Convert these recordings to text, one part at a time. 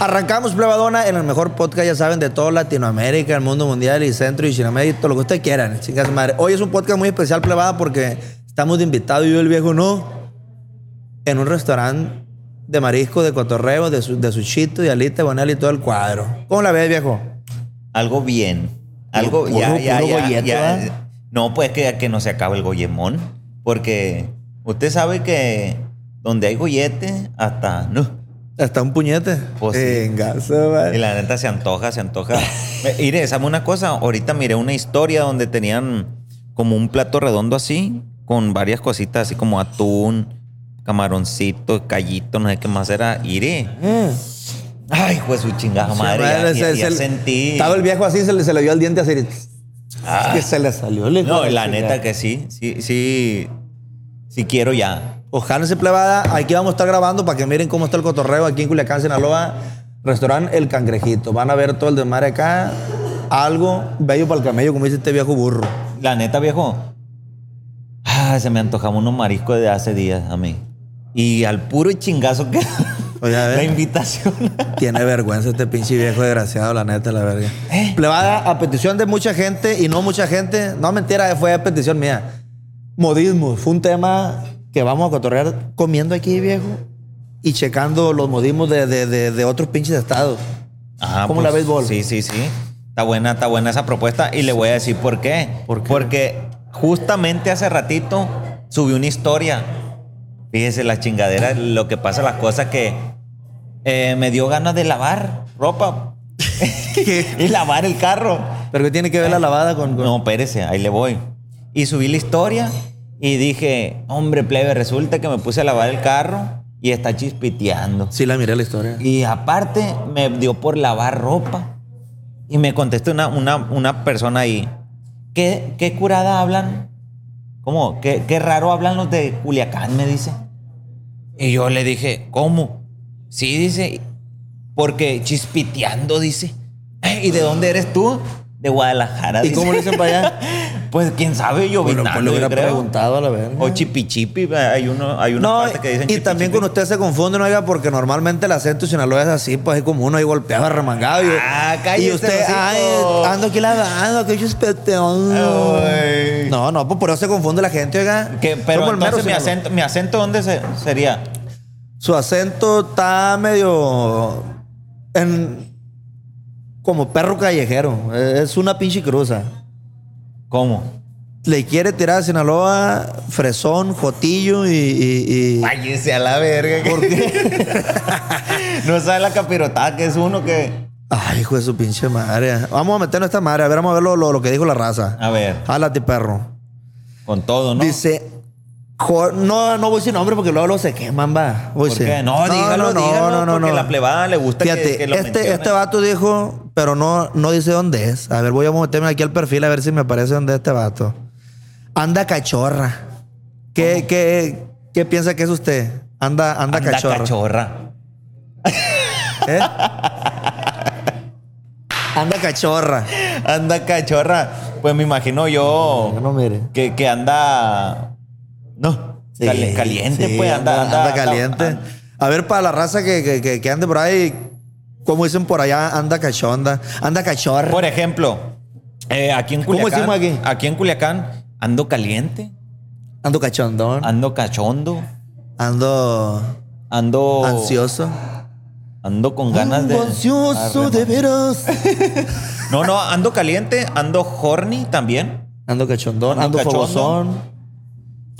Arrancamos Plebadona en el mejor podcast, ya saben, de toda Latinoamérica, el mundo mundial y Centro y Chinamedia y todo lo que ustedes quieran. Chicas madre. Hoy es un podcast muy especial, plebada, porque estamos de invitado y yo el viejo no en un restaurante de marisco, de cotorreo, de, su, de sushito y alita, bonel y todo el cuadro. ¿Cómo la ves, viejo? Algo bien. Algo Puro- ya, ya, puro ya, golleto, ya. ¿eh? No, pues que, que no se acabe el gollemón. Porque usted sabe que donde hay gollete, hasta. No. Hasta un puñete. Pues sí. Venga, su madre. Y la neta se antoja, se antoja. Me- Mire, ¿sabe una cosa? Ahorita miré una historia donde tenían como un plato redondo así, con varias cositas así como atún, camaroncito, callito, no sé qué más era. Iré. Mm. Ay, pues su chingada Su madre. madre, ya- se- ya- se ya le- sentí. Ah. Estaba el viejo así, se le, se le vio el diente así. Es que se le salió el hijo No, de la chingada. neta que sí, sí, sí, sí quiero ya. Ojalá se plebada. Aquí vamos a estar grabando para que miren cómo está el cotorreo aquí en Culiacán, Sinaloa. Restaurante El Cangrejito. Van a ver todo el desmar acá. Algo bello para el camello, como dice este viejo burro. La neta, viejo. Ah, se me antojaba unos mariscos de hace días a mí. Y al puro chingazo que Oye, a ver. la invitación. Tiene vergüenza este pinche viejo desgraciado, la neta, la verga. ¿Eh? Plebada, a petición de mucha gente y no mucha gente, no mentira, fue a petición mía. Modismo, fue un tema que vamos a cotorrear comiendo aquí, viejo, y checando los modismos de, de- de- de otros pinches estados. Ah, ¿Cómo pues, la ves, Bol? Sí, sí, sí. Está buena, está buena esa propuesta y le voy a decir por qué. ¿Por qué? Porque justamente hace ratito subí una historia. Fíjese la chingadera, lo que pasa, las cosas que eh, me dio ganas de lavar ropa ¿Qué? y lavar el carro. ¿Pero qué tiene que ver la lavada con...? con- No, espérese, ahí le voy. Y subí la historia y dije, hombre, plebe, resulta que me puse a lavar el carro y está chispiteando. Sí, la miré la historia. Y aparte me dio por lavar ropa. Y me contestó una, una, una persona ahí, ¿qué, qué curada hablan? ¿Cómo? ¿Qué, qué raro hablan los de Culiacán? Me dice. Y yo le dije, ¿cómo? Sí, dice, porque chispiteando, dice. ¿Y de dónde eres tú? De Guadalajara. ¿Y dice. cómo le dicen para allá? Pues quién sabe, yo vi Bueno, pues le hubiera preguntado a la verga. O chipichipi, hay, uno, hay una No, parte que dicen y también chipichipi. con usted se confunden, oiga, porque normalmente el acento de Sinaloa es así, pues es como uno ahí golpeado, arremangado. y- Ah, cállese, Y usted, hocico. ay, ando aquí lavando, que yo espeteando. Ay. No, no, pues por eso se confunde la gente, oiga. Que, pero Somos el mero entonces mi Sinaloa. acento, mi acento dónde se- sería? Su acento está medio. en- como perro callejero. Es una pinche cruza. ¿Cómo? Le quiere tirar a Sinaloa, fresón, jotillo y. y- y- Váyese a la verga. que- no sabe la capirotada que es uno que. Ay, hijo de su pinche madre. Vamos a meternos a esta madre. A ver, vamos a ver lo, lo- lo que dijo la raza. A ver, Jálate, perro. con todo, Ah. ¿no? Dice. jo- No, no voy sin nombre porque luego, luego se queman, va. Voy ¿Por sin- qué? No, dígalo, dígalo, porque la plebada le gusta que- Fíjate, que lo este, mencionen. este vato dijo, pero no, no dice dónde es. A ver, voy a meterme aquí al perfil a ver si me aparece dónde es este vato. Anda cachorra. ¿Qué, qué, qué piensa que es usted? Anda, anda, Anda cachorra. cachorra. ¿Eh? Anda cachorra. Anda cachorra. Pues me imagino yo No, mire. que, que anda. No. Sí, cali- caliente, sí, pues anda, anda, anda caliente. anda- a ver, para la raza que, que, que, que ande por ahí, como dicen por allá, anda cachonda, anda cachorra. Por ejemplo, eh, aquí en ¿Cómo Culiacán. decimos aquí? en Culiacán, ando caliente, Ando cachondón, ando cachondo, ando ando. ansioso. Ando Oh. con ganas de. Ando ansioso de veras. No, no, ando caliente, ando horny también. Ando cachondón, ando, Ando cachondo. fogosón.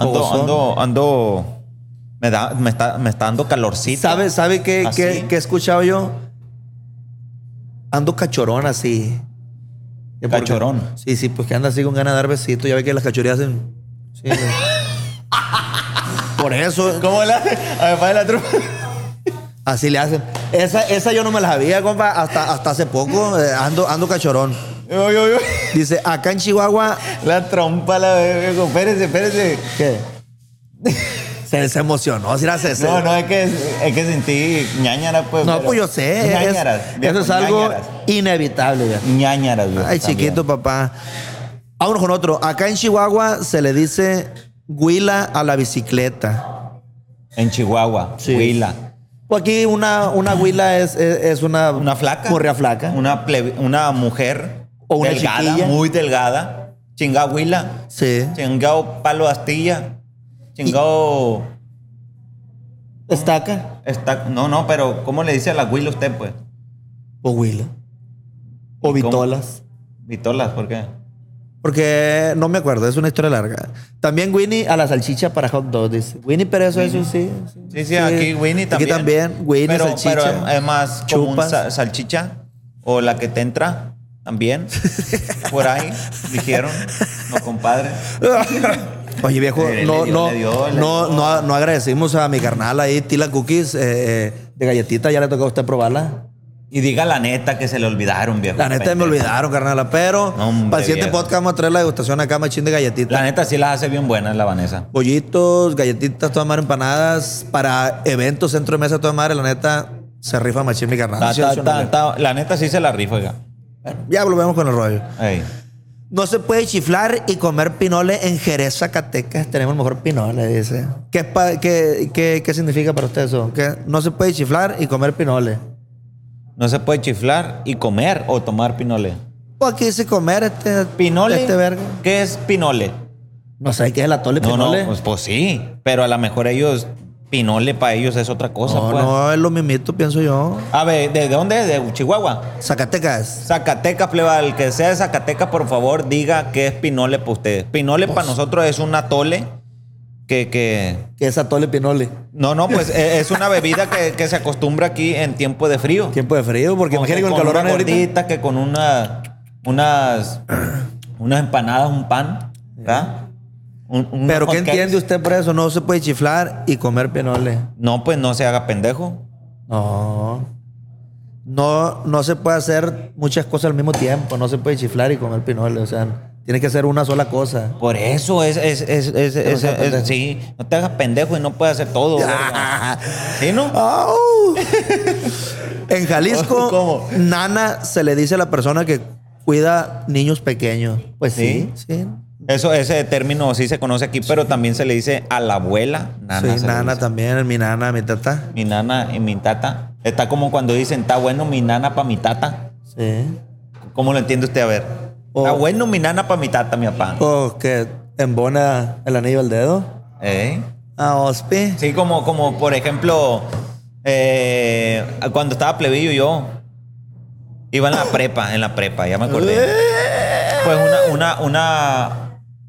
Ando, Fogosón. ando, ando. Me, da, me, está, me está dando calorcito. ¿Sabe, sabe qué, Así. qué, qué he escuchado yo? Ando cachorón así. Que porque- Cachorón. Sí, sí, pues que anda así con ganas de dar besitos. Ya ve que las cachorías hacen... Sí, le- por eso... ¿Cómo la? A ver, para la trufa. Así le hacen. Esa, esa yo no me la sabía, compa, hasta, hasta hace poco. eh, ando, ando cachorón. Yo, yo, yo. Dice, acá en Chihuahua La trompa, la bebé. Espérese, espérese. ¿Qué? se, se emocionó, si era César. No, no, es que, es que sentí ñañara, pues. No, pero- pues yo sé. es- Ñañaras. eso viejo, es algo ñañaras. inevitable. ya. Ñañaras, viejo, Ay, también. chiquito, papá. Vámonos con otro. Acá en Chihuahua se le dice huila a la bicicleta. En Chihuahua, Sí. Huila. Pues aquí una, una huila es, es- es una... Una flaca. Morrea flaca. Una, plebe- una mujer. O una delgada, chiquilla. muy delgada. Chinga Huila. Sí. Chingao palo de astilla. Chingao. Estaca. Está, no, no, pero ¿cómo le dice a la huila usted, pues? O huila. O vitolas. Vitolas, ¿por qué? Porque no me acuerdo, es una historia larga. También Winnie a la salchicha para hot dog, dice. Winnie, pero eso, eso sí. Sí, sí, aquí Winnie también. Aquí también, Winnie, pero, salchicha. Pero es más común chupas. sa- salchicha o la que te entra también. Por ahí dijeron, no compadre. Oye, viejo, Eh, Le- le no, dio, no, le dio, le no, dio. no, no agradecimos a mi carnal ahí, Tila Cookies, eh, eh, de galletita, ya le tocó a usted probarla. Y diga la neta que se le olvidaron, viejo. La neta me pendejo. olvidaron, carnal, pero No, hombre, para el siguiente viejo. podcast vamos a traer la degustación acá, machín de galletitas. La neta sí las hace bien buenas la Vanessa. Bollitos, galletitas, toda madre empanadas, para eventos, centro de mesa, toda madre, la neta, se rifa machín mi carnal. Ta- Ah, Sí, ta- sí, ta- no, ta- la neta sí se la rifa, oiga. Ya volvemos con el rollo. Ey. No se puede chiflar y comer pinole en Jerez, Zacatecas. Tenemos el mejor pinole, dice. ¿Qué, es pa- qué, qué- qué significa para usted eso? Que no se puede chiflar y comer pinole. No se puede chiflar y comer o tomar pinole. Pues aquí dice comer este. ¿Pinole? Este verga. ¿Qué es pinole? No sé qué es el atole No, pinole. no, pues, pues sí. Pero a lo mejor ellos, pinole para ellos es otra cosa. no, pues. no, es lo mismito, pienso yo. A ver, ¿de dónde? es? ¿De Chihuahua? Zacatecas. Zacatecas, pleba, el que sea de Zacatecas, por favor, diga qué es pinole para ustedes. Pinole para Pues- nosotros es un atole que, que... ¿Qué es atole pinole? No, no, pues e- es una bebida que, que se acostumbra aquí en tiempo de frío. Tiempo de frío, porque imagínate con el calor una ahorita. gordita, que con una, unas, unas empanadas, un pan, ¿verdad? Un- un- Pero unos ¿qué hotcakes. entiende usted por eso? No se puede chiflar y comer pinole. No, pues no se haga pendejo. No. No, no se puede hacer muchas cosas al mismo tiempo. No se puede chiflar y comer pinole. O sea, tiene que ser una sola cosa. Por eso es, es, es, es, no es- seas es- pendejo. sí, no te hagas pendejo y no puedes hacer todo. verga. ¿Sí, no? ¡Au! en Jalisco, ¿Cómo? nana se le dice a la persona que cuida niños pequeños. Pues sí, sí. Eso, ese término sí se conoce aquí, pero también se le dice a la abuela, Nana, nana. se le nana dice. también, mi nana, mi tata. Mi nana y mi tata. Está como cuando dicen, está bueno mi nana para mi tata. Sí. ¿Cómo lo entiende usted? A ver. O- Está bueno mi nana para mi tata, mi papá. O Oh, que embona el anillo al dedo. Ah, ¿Eh? A Ospi. Sí, como, como por ejemplo, eh, cuando estaba plebillo yo, iba en la prepa, en la prepa, ya me acordé. Pues una, una, una,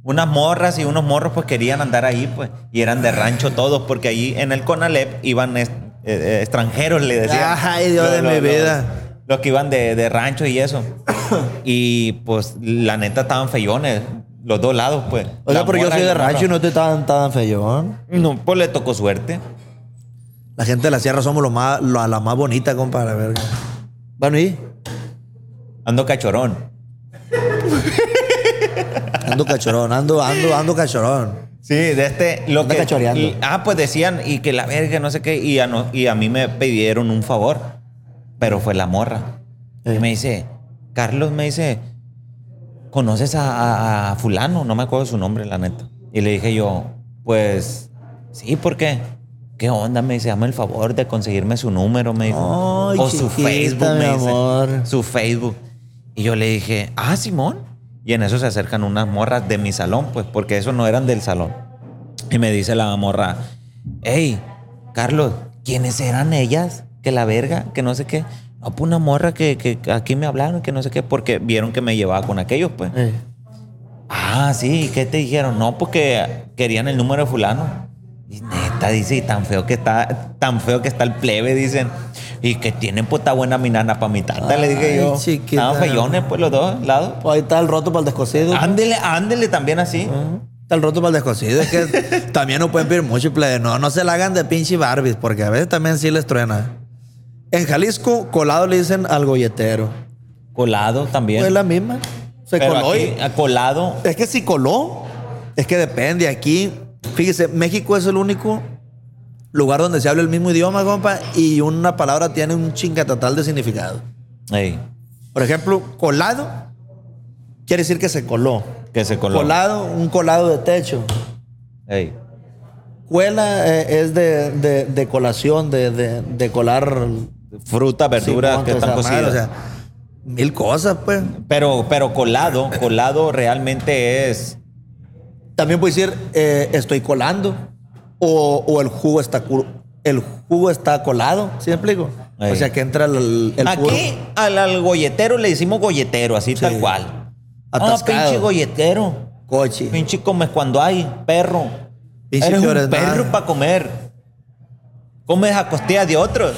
unas morras y unos morros pues querían andar ahí, pues, y eran de rancho todos, porque allí en el Conalep iban es- eh, eh, extranjeros, le decían. Ay, Dios de mi vida. Los que iban de, de rancho y eso. y pues la neta estaban feyones, los dos lados, pues. Oiga, La porque yo morra soy de el morro. rancho y no estoy tan, tan feyón. No, pues le tocó suerte. La gente de la sierra somos lo más, lo- la más bonita, compa, la verga. Bueno, y Ando cachorón. ando cachorón, ando, ando, ando cachorón. Sí, de este. Lo Anda que, cachoreando. y- ah, pues decían, y que la verga, no sé qué. Y a, no- y a mí me pidieron un favor, pero fue la morra. Eh. Y me dice, Carlos me dice, ¿conoces a, a- a Fulano? No me acuerdo su nombre, la neta. Y le dije yo, pues, sí, ¿por qué? ¿Qué onda? Me dice, dame el favor de conseguirme su número, me dijo. Ay, o su chiquita, Facebook, mi me dice. amor. Su Facebook. Y yo le dije, ah, Simón. Y en eso se acercan unas morras de mi salón, pues, porque esos no eran del salón. Y me dice la morra, hey, Carlos, ¿quiénes eran ellas? Que la verga, que no sé qué. No, pues una morra que, que aquí me hablaron, que no sé qué, porque vieron que me llevaba con aquellos, pues. Eh. Ah, sí, ¿y ¿qué te dijeron? No, porque querían el número de fulano. Y neta, dice, y tan feo que está, tan feo que está el plebe, dicen. Y que tienen pues está buena mi nana para mi tata, le dije Ay, yo. chiquita. Estaban feyones, pues, los dos lados. Ahí está el roto para el descosido. Ándele, ándele también así. Ah, Está el roto para el descosido. Es que también no pueden pedir mucho y plebe. No, no se la hagan de pinche Barbies, porque a veces también sí les truena. En Jalisco, colado le dicen al golletero. Colado también. Es la misma. Se Pero coló y- aquí, a colado. Es que si coló, es que depende. Aquí, fíjese, México es el único lugar donde se habla el mismo idioma, compa, y una palabra tiene un chingatatal de significado. ey, Por ejemplo, colado quiere decir que se coló. que se coló. Colado, un colado de techo. Ey, Cuela eh, es de, de- de colación, de, de- de colar Fruta, verduras Simón, que toda están esa madre, cocidas. o sea, mil cosas, pues. pero, pero colado, colado realmente es. También puede decir, eh, estoy colando. O, o el jugo está cu- el jugo está colado. ¿Sí me explico? Ey. O sea, que entra el, el puro- Aquí al, al golletero le decimos golletero, así tal cual. Atascado. Ah, pinche golletero. coche. Pinche comes cuando hay, perro. Pinche Eres peor es un perro nada. para comer. Comes a costillas de otros.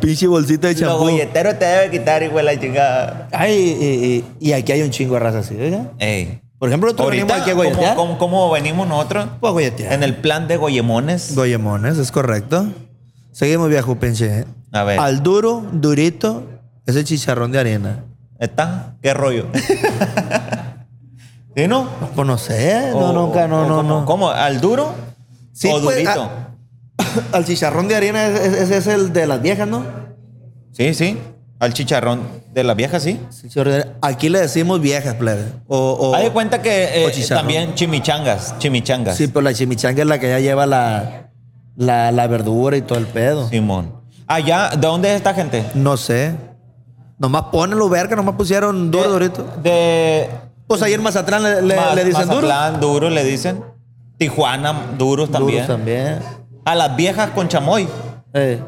Pinche bolsita de Los golleteros te debe quitar, hijo de la chingada. Ay, y, y- y aquí hay un chingo de raza así, ¿verdad? Ey. Por ejemplo, nosotros venimos Ahorita, aquí a ¿cómo, golletear. cómo, cómo venimos nosotros? Pues a golletear. En el plan de Goyemones. Goyemones, es correcto. Seguimos viejo, pinche. eh. A ver. Al duro, durito, es el chicharrón de arena. ¿Está? ¿Qué rollo? ¿Sí, no? Pues no sé, no, O- nunca, no, o no, Oh, ¿cómo, no. ¿Cómo? ¿Al duro? Sí, ¿O pues, durito? ah. Al chicharrón de arena es, es- es el de las viejas, ¿no? Sí, sí. Al chicharrón de la vieja, sí. Chicharrón de arena. Aquí le decimos viejas, plebe. O, o- Hay de cuenta que o eh, chicharrón. también chimichangas, chimichangas. Sí, pero la chimichanga es la que ya lleva la, la, la verdura y todo el pedo. Simón. Allá, ¿de dónde es esta gente? No sé. Nomás ponenlo, verga, nomás pusieron duro, durito. De. Pues ahí en Mazatlán le, le- Ma- le dicen duro. Mazatlán, duro le dicen. Tijuana, duros también. Duros también. A las viejas con chamoy. Eh,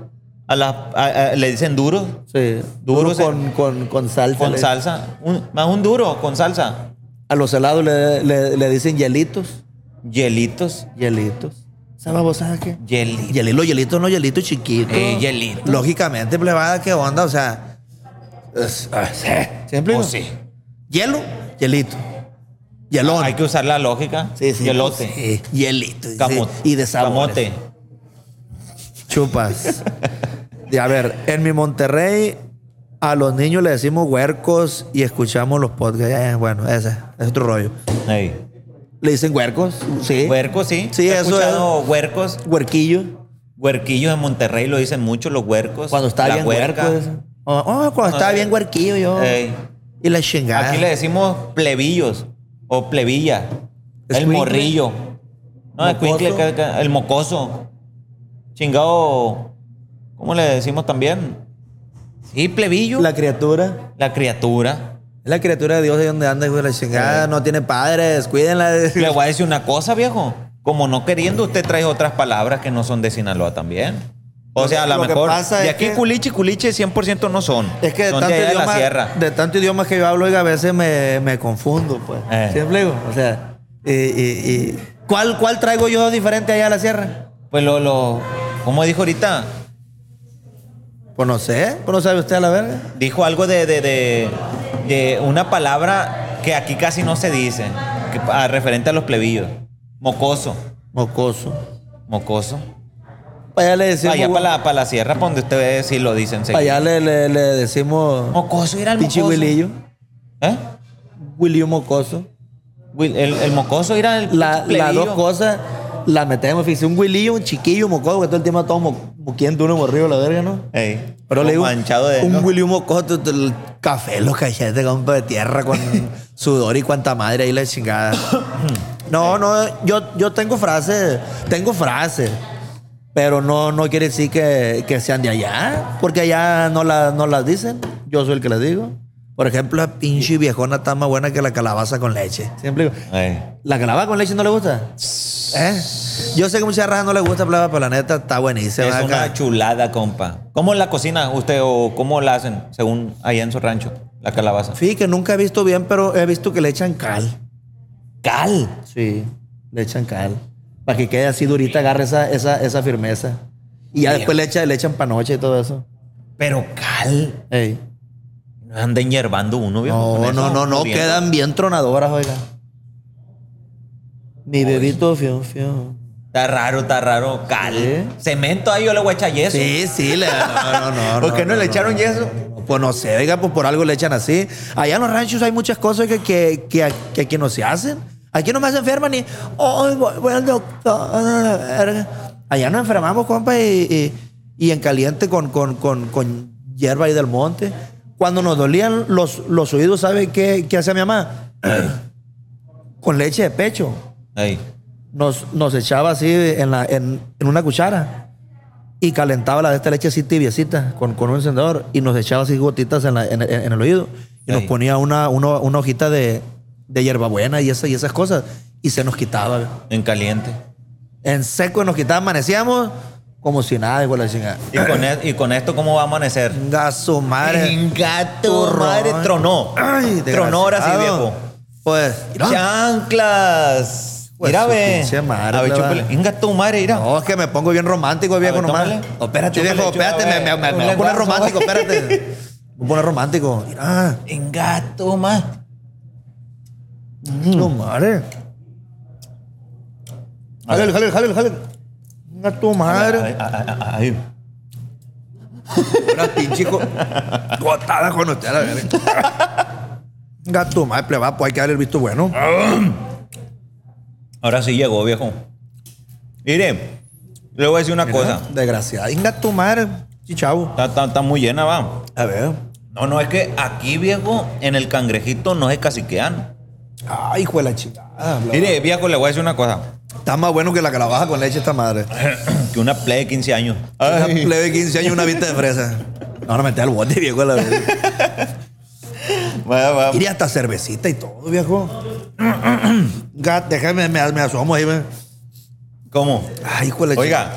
A las, a- a- le dicen duros. sí. Duro Duro, se- con, con, con salsa. Con le- salsa. Un- más un duro con salsa. A los helados le, le- le dicen hielitos. Hielitos. Hielitos. ¿Sabes vos sabes qué? Hielitos. Hielito, hielito, no, hielito chiquito. Eh, hielito. Lógicamente, plebada, ¿qué onda? O sea. es- ah, sí. Siempre. Oh, ¿no? sí. Hielo, hielito. Hielón. Hay que usar la lógica. Sí, sí. Hielote. Sí, hielito. sí. Camote. Y de sabores. Camote. Chupas. Y a ver, en mi Monterrey a los niños le decimos huercos y escuchamos los podcasts. Eh, bueno, ese es otro rollo. Ey. ¿Le dicen huercos? Sí. Huercos, sí. Sí, He eso escuchado huercos. Huerquillo. Huerquillos en Monterrey lo dicen mucho, los huercos. Cuando estaba la bien huerca. huerco. eso. Oh, oh, cuando estaba eh, bien huerquillo yo. ey. Y la chingada. Aquí le decimos plebillos o plebilla. El Escuincle. morrillo. No, el Mocoso. escuincle, que- que- el mocoso. Chingado. ¿Cómo le decimos también? Sí, plebillo. La, La criatura. criatura. Es la criatura de Dios de donde anda, hijo de la chingada. No tiene padres, cuídenla. Le voy a decir una cosa, viejo. Como no queriendo, usted trae otras palabras que no son de Sinaloa también. O Lo sea, a que- lo, lo que mejor. pasa de es aquí que- culiche, culiche 100% no son. Es que de son tanto, de allá de idioma, la sierra. de tanto idioma que yo hablo, oiga, a veces me, me confundo, pues. Eh. Siempre digo, o sea, y- y- y- ¿cuál, ¿cuál traigo yo diferente allá a la sierra? Pues lo, lo. ¿Cómo dijo ahorita? Pues no sé, pues no sabe usted a la verga. dijo algo de, de, de- de una palabra que aquí casi no se dice, que- a- referente a los plebillos. Mocoso. Mocoso. Mocoso. Para allá le decimos. Allá para la, para la sierra, para donde ustedes sí lo dicen. seguido. para allá le, le- le decimos. Mocoso, ir al Pinche mocoso. Wilillo. ¿Eh? Wilillo mocoso. Wil- el, el mocoso, ir al La- Las plebillo. dos cosas las metemos, fíjese, un Wilillo, un chiquillo mocoso, que todo el tiempo estamos mo- moquiendo uno morrido a la verga, ¿no? Ey, Pero le digo, manchado de. un ¿no? Willy Humo Coto, el café, los cachetes, compa de tierra con sudor y cuanta madre ahí la chingada. No, no, yo, yo tengo frases, tengo frases, pero no, no quiere decir que, que sean de allá, porque allá no, la, no las dicen, yo soy el que las digo. Por ejemplo, la pinche viejona está más buena que la calabaza con leche. Siempre digo, Ey. ¿la calabaza con leche no le gusta? ¿Eh? Yo sé que mucha raza no le gusta, pleba, pero la neta está buenísima. Es acá. una chulada, compa. ¿Cómo la cocina usted o cómo la hacen según allá en su rancho, la calabaza? Fíjate que nunca he visto bien, pero he visto que le echan cal. Cal. Sí, le echan cal. Para que quede así durita, agarre esa, esa, esa firmeza. Y ya después le, echa- le echan panoche y todo eso. Pero cal. Ey. No anden hiervando uno, viejo. No, pues, con eso, no, no, no, muriendo. quedan bien tronadoras, oiga. Mi bebito, fión, fión. Está raro, está raro. Cal. Cemento ahí yo le voy a echar yeso. Sí, sí, le, no, no, no. ¿Por qué no le echaron yeso? Pues no sé, oiga, pues por algo le echan así. Allá en los ranchos hay muchas cosas que, que, que, que aquí no se hacen. Aquí nomás se enferman y, "Ay, voy, voy al doctor. la verga". Allá nos enfermamos, compa, y, y- y en caliente con, con, con, con hierba y del monte. Cuando nos dolían los, los oídos, ¿sabe qué, qué hacía mi mamá? con leche de pecho Ahí. nos, nos echaba así en, la, en, en una cuchara y calentaba la de esta leche así tibiecita con, con un encendedor y nos echaba así gotitas en, la- en- en el oído y nos Ey. ponía una, una, una hojita de, de hierbabuena y, esa, y esas cosas y se nos quitaba. En caliente. En seco nos quitaba, amanecíamos como si nada, igual la chingada. ¿Y con, e- y con esto cómo va a amanecer? Venga, su madre. Gato, madre, tronó. Ay, tronó ahora sí, desgraciado. viejo. Pues, mira. Chanclas. Pues, Mira, su ve. pinche madre, A ver, le va. chúpale. Venga tu madre, mira. No, es que me pongo bien romántico, viejo, ver, nomás. tómale. No, espérate, Chúpale, viejo, chúpale, espérate, me, me, me- me un voy a poner lenguazo, romántico, güey. espérate. Me voy a poner romántico. Ah, Venga tu madre. Mm. no madre. Jale, jale, jale, jale. Venga tu madre. Ay, ay, ay, ay. Una pinche co- gotada con usted, a la verga. Venga tu madre, pleba, pues hay que darle el visto bueno. Ah, Ahora sí llegó, viejo. Mire, le voy a decir una cosa. Desgraciada. Venga tu madre, chichavo. Está, está- está muy llena, va. A ver. No, no, es que aquí, viejo, en el cangrejito no es caciqueano. Ay, hijo de la chingada. pleba. Mire, viejo, le voy a decir una cosa. Está más bueno que la calabaza con leche esta madre. Que una play de 15 años. Una Ay. plebe de 15 años, una vista de fresa. Ahora metí al bote, viejo. a La verga. Va, va. Iría hasta cervecita y todo, viejo. Gat, déjame, me, me asomo ahí, ve. ¿Cómo? Ay, hijo de la Oiga.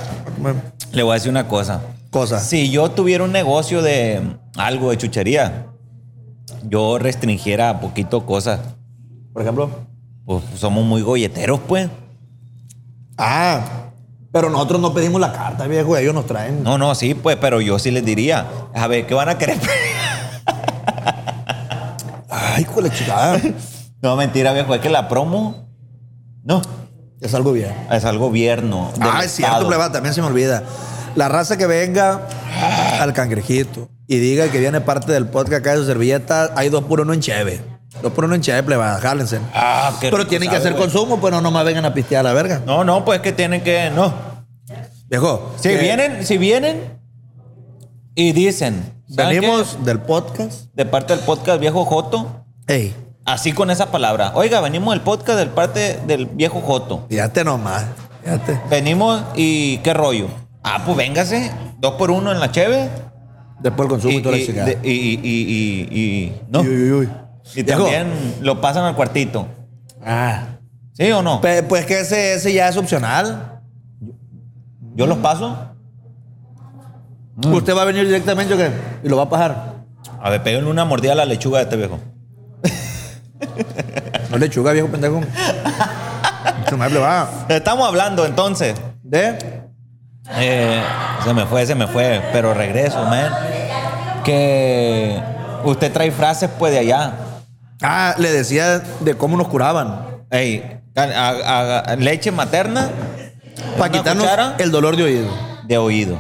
chingada. Le voy a decir una cosa. Cosa. Si yo tuviera un negocio de algo de chuchería, yo restringiera poquito cosas. Por ejemplo. Pues somos muy golleteros, pues. Ah, pero nosotros no pedimos la carta, viejo. Ellos nos traen. No, no, sí, pues, pero yo sí les diría, a ver, ¿qué van a querer? Ay, hijo de la chingada. no, mentira, viejo, es que la promo, no, es algo bien. es al gobierno. del Ah, es cierto, Estado. pleba, también se me olvida. La raza que venga al cangrejito y diga que viene parte del podcast acá de su servilleta, hay dos puros no en cheve. Dos puros no en cheve, pleba, jálense. Ah, qué Pero rico tienen que sabe, hacer güey. consumo, pues no nomás vengan a pistear a la verga. No, no, pues que tienen que, no. Viejo, eh, Si que vienen, si vienen y dicen, ¿saben venimos del podcast. qué? de parte del podcast Viejo Joto, Ey, Así con esa palabra. Oiga, venimos del podcast del parte del viejo Joto. fíjate nomás, fíjate. Venimos y qué rollo. Ah, pues véngase, dos por uno en la cheve. Después el consumo Y, y, toda la y- chingada. de- y- y- y- y- y- no. Uy, uy, uy. Y Viejo, también lo pasan al cuartito. ah, ¿Sí o no? pe- pues que ese, ese ya es opcional. Yo los paso. Mm. Usted va a venir directamente ¿o qué? y lo va a pagar. A ver, pégale una mordida a la lechuga de este viejo. No lechuga, viejo pendejo. Su madre va. Estamos hablando entonces. ¿De? Eh, se me fue, se me fue, pero regreso, man. Que usted trae frases pues de allá. Ah, le decía de cómo nos curaban. Ey, a- a- a- leche materna Para una quitarnos cuchara el dolor de oído. de oído.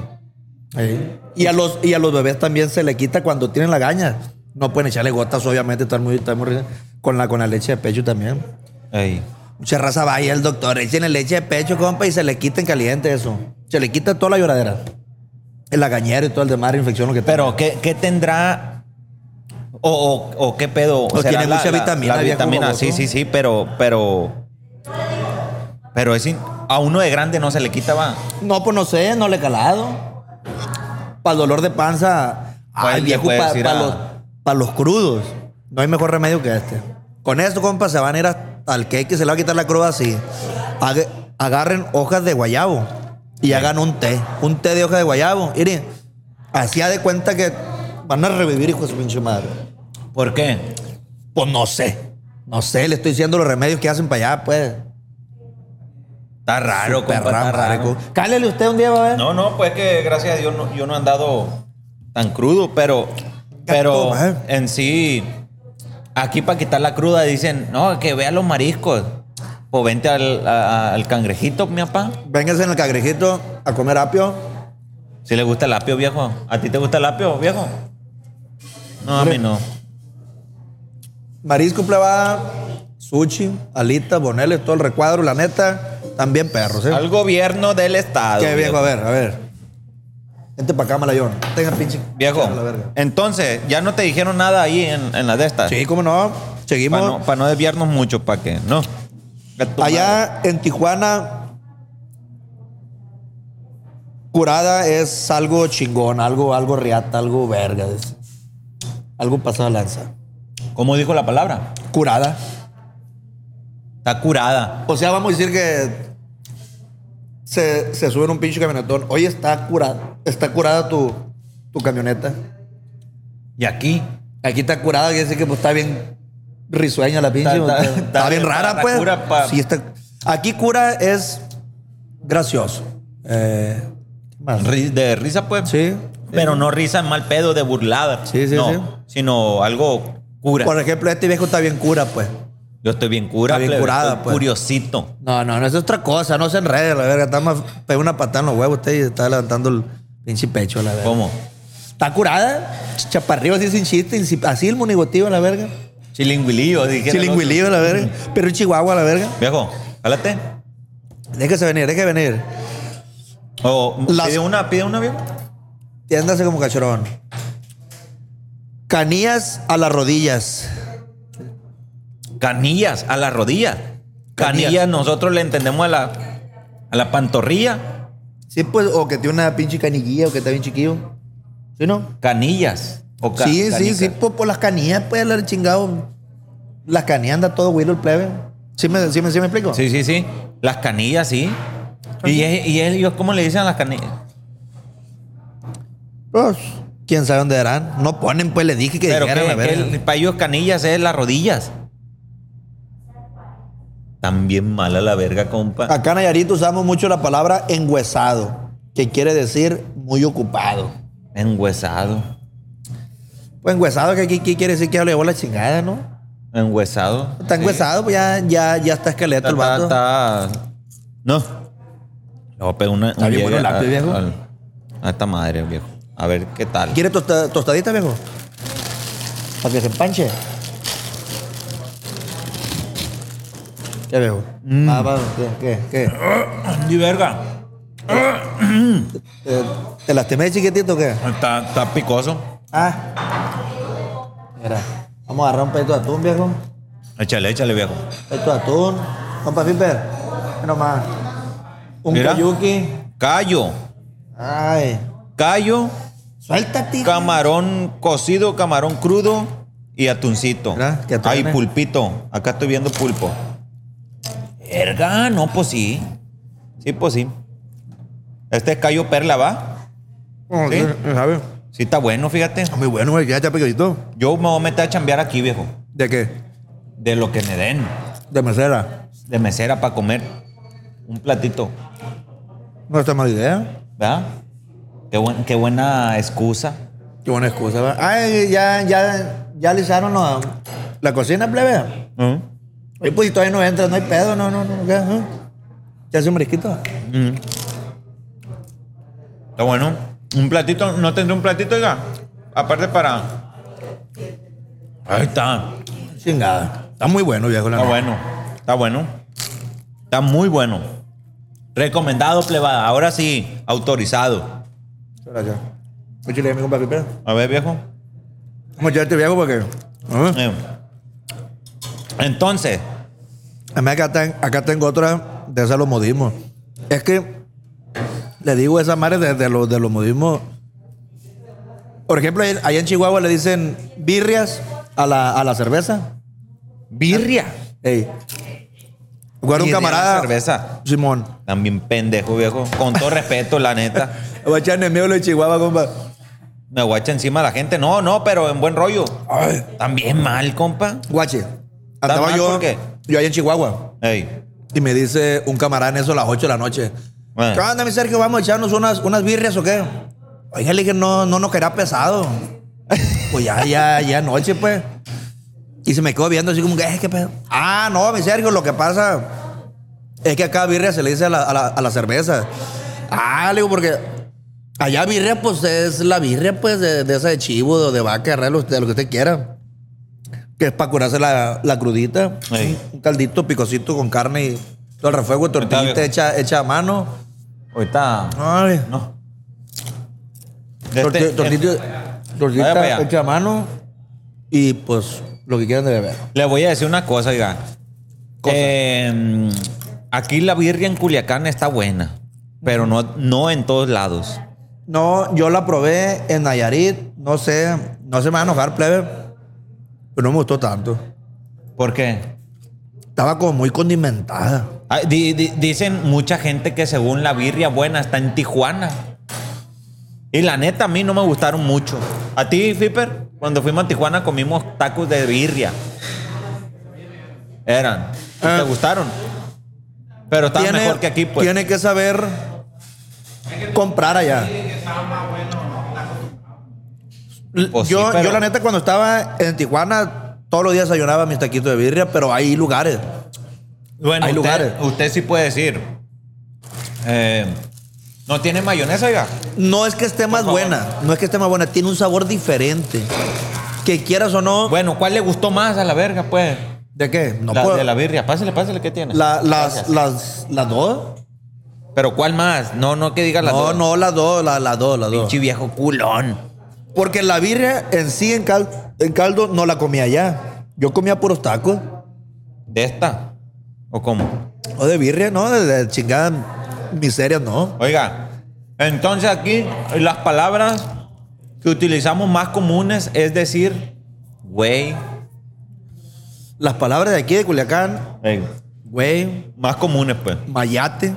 Y, a los, y a los bebés también se le quita cuando tienen la gaña. No pueden echarle gotas, obviamente, están muy, están muy ricas. con la, con la leche de pecho también. Ey. Mucha raza va ahí al doctor, echen leche de pecho, compa, y se le quita en caliente eso. Se le quita toda la lloradera. La gañera y todo el demás, la infección, lo que tenga. Pero, ¿qué, qué tendrá? O, o- o qué pedo? O tiene mucha vitamina, La viejo vitamina, baboso. sí, sí, sí, pero, pero. Pero es in- a uno de grande no se le quita, va. No, pues no sé, no le he calado. Para el dolor de panza, Pues, ay, le viejo, puedes para ir a- los, pa' los crudos, no hay mejor remedio que este. Con esto, compa, se van a ir hasta- al cake y se le va a quitar la cruda así. Ag- agarren hojas de guayabo y hagan un té, un té de hojas de guayabo. Miren, hacía de cuenta que van a revivir, hijo de su pinche madre. ¿Por qué? Pues no sé, no sé, le estoy diciendo los remedios que hacen para allá, pues. Está raro, compa, Perra está madre, raro. co- Cálele usted un día, va a ver. No, no, pues que gracias a Dios no- yo no he andado tan crudo, pero, pero toma, eh. en sí, aquí para quitar la cruda dicen, no, que vea los mariscos. Pues vente al, a- al cangrejito, mi papá. Véngase en el cagrejito a comer apio. Si le gusta el apio, viejo. ¿A ti te gusta el apio, viejo? No, a mí no. Marisco plebada, sushi, alitas, boneles, todo el recuadro, la neta. También perros, ¿eh? Al gobierno del estado. Qué viejo, a ver, a ver. Vente para acá, Malayón. Tenga pinche. Viejo, A la verga. entonces, ya no te dijeron nada ahí en, en la de estas. Sí, cómo no. Seguimos. Para no, pa' no desviarnos mucho, para que no. Allá en Tijuana, curada es algo chingón, algo, algo riata, algo verga. es- algo pasado a lanza. ¿Cómo dijo la palabra? Curada. Está curada. O sea, vamos a decir que se, se sube en un pinche camionetón. Oye, está curada. Está curada tu, tu camioneta. ¿Y aquí? Aquí está curada, quiere decir que pues, está bien risueña la pinche. Está- Está, está- está bien está- rara, está pues. cura pa- Sí, está- Aquí cura es gracioso. Eh, ¿qué más? Ri- De risa, pues. Sí. Pero no risa en mal pedo, de burlada. Sí, sí, no, sí. Sino algo cura. Por ejemplo, este viejo está bien cura, pues. Yo estoy bien cura, Está bien plebe, curada, estoy pues. curiosito. No, no, no es otra cosa. No se enrede, la verga. Está más. Pega una patada en los huevos usted y está levantando el pinche pecho, la verga. ¿Cómo? Está curada. ch- Chaparrillo así sin chiste. sin- Así el monigotillo, la verga. Chilinguilillo, dije. Chilingüilillo, la verga. Perro chihuahua, la verga. Viejo, jálate. Déjese venir, déjese venir. O Las- pide una, pide una, viejo. Tiéndase como cachorón. Canillas a las rodillas. Canillas a la rodilla. Canillas, Canillas. nosotros le entendemos a la, a la pantorrilla. Sí, pues, o que tiene una pinche canillilla o que está bien chiquillo. ¿Sí, no? Canillas. O ca- sí, sí, canicas. sí, por, por las canillas, pues, el chingado. Las canillas anda todo güiro el plebe. ¿Sí me, sí, me, sí me explico? Sí, sí, sí. Las canillas, sí. Y, es- y ellos, ¿cómo le dicen a las canillas? Pues, quién sabe dónde eran. No ponen, pues, le dije que Pero dijeran que, la verga. que el- para ellos canillas es las rodillas. También mala la verga, compa. Acá en Nayarit usamos mucho la palabra engüesado, que quiere decir muy ocupado. Enguesado. Pues engüesado que aquí, aquí quiere decir que ya lo llevó la chingada, ¿no? Enguesado. Está engüesado, pues ya, ya, ya está esqueleto Está, el vato. está- está- No. Le voy a pegar una. un bien bueno el llegue lápiz, a- viejo. al- a esta madre, viejo. A ver qué tal. ¿Quiere tosta- tostadita, viejo? Para que se empanche. ¿Qué, viejo? Ah, va, ¿qué? ¿Qué? qué? Y verga. Eh, ¿Te lastimé de chiquitito o qué? Está, está picoso. Ah. Mira, vamos a agarrar un pedito de atún, viejo. Échale, échale, viejo. Pedito de atún. Compa Piper, no más. Un Mira. cayuki. Callo. Ay. Callo. Suéltate. hijo. Camarón cocido, camarón crudo y atuncito. Mira, que atún Ay, tiene. pulpito. Acá estoy viendo pulpo. Verga, no, pues sí. Sí, pues sí. Este es callo perla, ¿va? Oh, Sí. ¿Sabe? Sí, está bueno, fíjate. Ah, Muy bueno, güey. Ya está picadito. Yo me voy a meter a chambear aquí, viejo. ¿De qué? De lo que me den. De mesera. De mesera para comer. Un platito. No está mala idea. ¿Verdad? Qué, buen- qué buena excusa. Qué buena excusa, ¿verdad? Ay, ya, ya, ya alisaron la, la cocina, plebe. Oye, pues si todavía no entras, no hay pedo, no, no, no. ¿Qué? ¿Eh? ¿Te hace un brisquito? Está bueno. Un platito, no tendré un platito, oiga. Aparte para. Ahí está. Chingada. Está muy bueno, viejo. La Está neta. bueno. Está bueno. Está muy bueno. Recomendado, plebada. Ahora sí, autorizado. Gracias. Échale a mi compa Pipera. A ver, viejo. Vamos a echarte viejo porque. ¿eh? Eh. Entonces, Además, acá, ten- acá tengo otra de esas los modismos. Es que le digo a esa madre de, de los, de los modismos. Por ejemplo, ahí- allá en Chihuahua le dicen birrias a la, a la cerveza. birria. Ey. Recuerdo un Birria a la camarada. cerveza. Simón. También pendejo, viejo. Con todo respeto, la neta. Voy a echar enemigo de Chihuahua, compa. Me guacha encima la gente. No, no, pero en buen rollo. Ay. También mal, compa. Guache. Andaba mal, yo. ¿por qué? Yo allá en Chihuahua. Ey. Y me dice un camarada en eso a las 8 de la noche. Bueno. ¿Qué onda, mi Sergio? ¿Vamos a echarnos unas, unas birrias o qué? Oiga, le dije, no, no nos queda pesado. pues ya, ya, ya anoche, pues. Y se me quedó viendo así como que, "Eh, ¿qué pedo? Ah, no, mi Sergio, lo que pasa Es que acá birria se le dice a la, a la- a la cerveza. Ah, le digo, porque allá birria, pues es la birria, pues, de, de esa de chivo, o de vaca, de res, lo- de lo que usted quiera. Que es para curarse la, la crudita. Ey. Un caldito picosito con carne y todo el refuego, tortillita viejo. hecha, hecha a mano. Ahorita. Ay, No. De torti- este- tortillita- Vaya para tortillita allá. hecha a mano y, pues, lo que quieran de beber. eh, Le voy a decir una cosa, oiga. Eh, aquí la birria en Culiacán está buena, pero no, no en todos lados. No, yo la probé en Nayarit. No sé, no se me va a enojar, plebe. Pero no me gustó tanto. ¿Por qué? Estaba como muy condimentada. Ah, di- di- dicen mucha gente que según la birria buena está en Tijuana. Y la neta, a mí no me gustaron mucho. A ti, Fiper, cuando fuimos a Tijuana comimos tacos de birria. Eran. ¿Y Ah. ¿Te gustaron? Pero estaban Tiene- mejor que aquí, pues. Tiene que saber comprar allá. L- Pues sí, yo, pero- yo, la neta, cuando estaba en Tijuana, todos los días desayunaba mis taquitos de birria, pero hay lugares. Bueno, Hay usted, lugares. usted sí puede decir. eh, no tiene mayonesa, oiga. No es que esté más favor. buena, no es que esté más buena, tiene un sabor diferente. Que quieras o no. Bueno, ¿cuál le gustó más a la verga, pues? ¿De qué? No la, puedo- De la birria. Pásale, pásale, ¿qué tiene? la- las, las, las dos. Pero ¿cuál más? No, no que diga la no, dos. no, las dos, la- las dos, las dos. Pinche viejo culón. Porque la birria en sí, en, cal- en caldo, no la comía allá. Yo comía puros tacos. ¿De esta? ¿O cómo? O de birria, ¿no? De, de chingada miseria, ¿no? Oiga, entonces aquí eh, las palabras que utilizamos más comunes es decir, güey, Las palabras de aquí de Culiacán, eh, güey, más comunes, pues. mayate,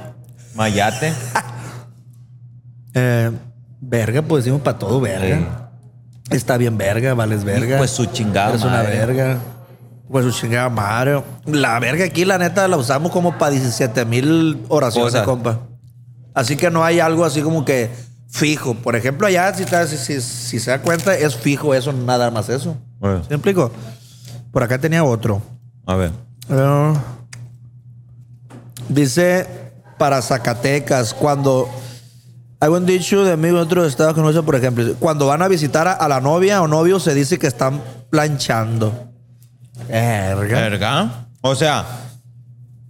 Mayate. eh, verga, pues decimos para todo verga. Está bien verga, vales verga. Pues su chingada Eres una madre. verga. Pues su chingada madre. La verga aquí, la neta, la usamos como para 17 mil oraciones, Cosas. compa. Así que no hay algo así como que fijo. Por ejemplo, allá, si, te- si, si- si se da cuenta, es fijo eso, nada más eso. Eh. ¿Sí ¿Me explico? Por acá tenía otro. A ver. Eh, dice para Zacatecas, cuando. Hay un dicho de amigos de otros estados que no sé, por ejemplo, cuando van a visitar a, a la novia o novio, se dice que están planchando. Verga. Verga. O sea,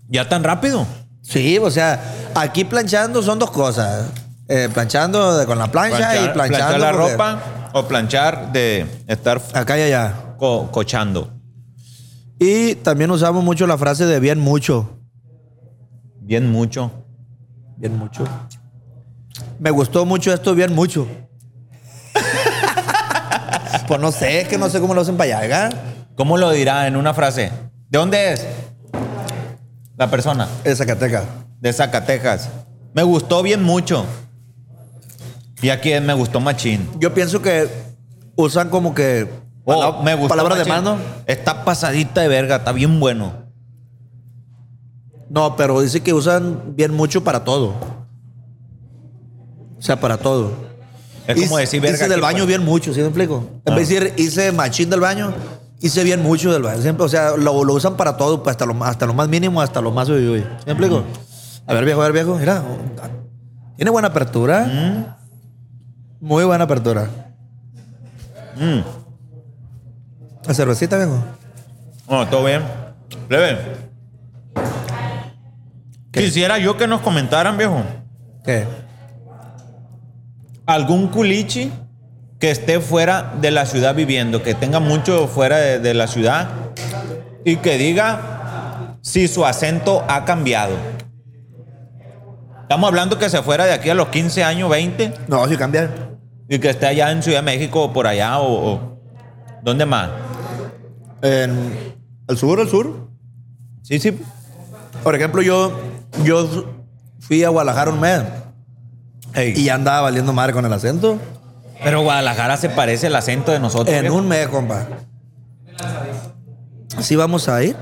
ya tan rápido. Sí, o sea, aquí planchando son dos cosas: Eh, planchando de- con la plancha y planchando. planchar la porque- ropa o planchar de estar Acá y allá. co- cochando. Y también usamos mucho la frase de bien mucho. Bien mucho. Bien mucho. Me gustó mucho esto, bien mucho. pues no sé, es que no sé cómo lo hacen para allá, ¿eh? ¿Cómo lo dirá en una frase? ¿De dónde es? La persona. En Zacatecas. De Zacatecas. Me gustó bien mucho. Y aquí es me gustó machín. Yo pienso que usan como que Oh, pala- me gustó palabras de machín. mano. Está pasadita de verga, está bien bueno. No, pero dice que usan bien mucho para todo. O sea, para todo. Es como Hice- decir verga. Hice aquí, del baño pues. bien mucho, ¿sí me explico? En Ah. vez de decir hice machín del baño, hice bien mucho del baño. Siempre, o sea, lo, lo usan para todo, pues, hasta lo, hasta lo más mínimo, hasta lo más uy, uy. ¿Sí me explico? Mm. A ver, viejo, a ver, viejo. Mira, oh, tiene buena apertura. Mm. Muy buena apertura. La cervecita, viejo. No, todo bien. Plebe. ¿Qué? Quisiera yo que nos comentaran, viejo. ¿Qué? algún culichi que esté fuera de la ciudad viviendo, que tenga mucho fuera de, de la ciudad y que diga si su acento ha cambiado. Estamos hablando que se fuera de aquí a los 15 años, 20, No, si cambia. y que esté allá en Ciudad de México o por allá o... o- ¿Dónde más? En el sur, el sur. Sí, sí. Por ejemplo, yo, yo fui a Guadalajara un mes Ey. y ya andaba valiendo madre con el acento. Pero Guadalajara se parece el acento de nosotros. ¿eh? En viejo. un mes, compa. ¿Sí vamos a ir?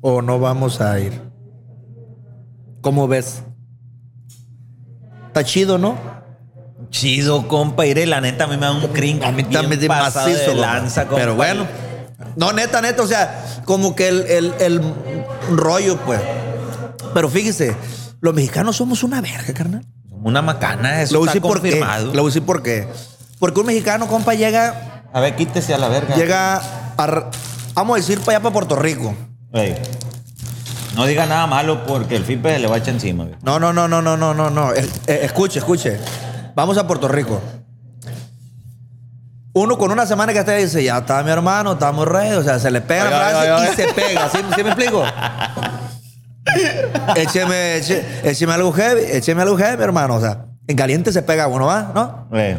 ¿O no vamos a ir? ¿Cómo ves? Está chido, ¿no? Chido, compa. Iré, la neta, a mí me da un cringe. A mí también bien es pasado de macizo. compa. lanza, compa. Pero bueno, No, neta, neta, o sea, como que el, el- el rollo, pues. Pero fíjese, los mexicanos somos una verga, carnal. Una macana, eso Lo voy a está decir por qué. confirmado. Lo voy a decir por qué. Porque un mexicano, compa, llega, A ver, quítese a la verga. llega a, r- vamos a decir, para allá, para Puerto Rico. Ey, No diga nada malo porque el FIPE le va a echar encima. güey. No, no, no, no, no, no, no, no. Es- eh, Escuche, escuche. Vamos a Puerto Rico. Uno con una semana que está ahí dice, ya está mi hermano, estamos rey. O sea, se le pega la Ay, ay, frase ay, y ay. se pega. ¿Sí, sí me explico? écheme, eche- écheme algo heavy, écheme algo heavy, hermano. O sea, en caliente se pega uno, ¿va? ¿No? Ey,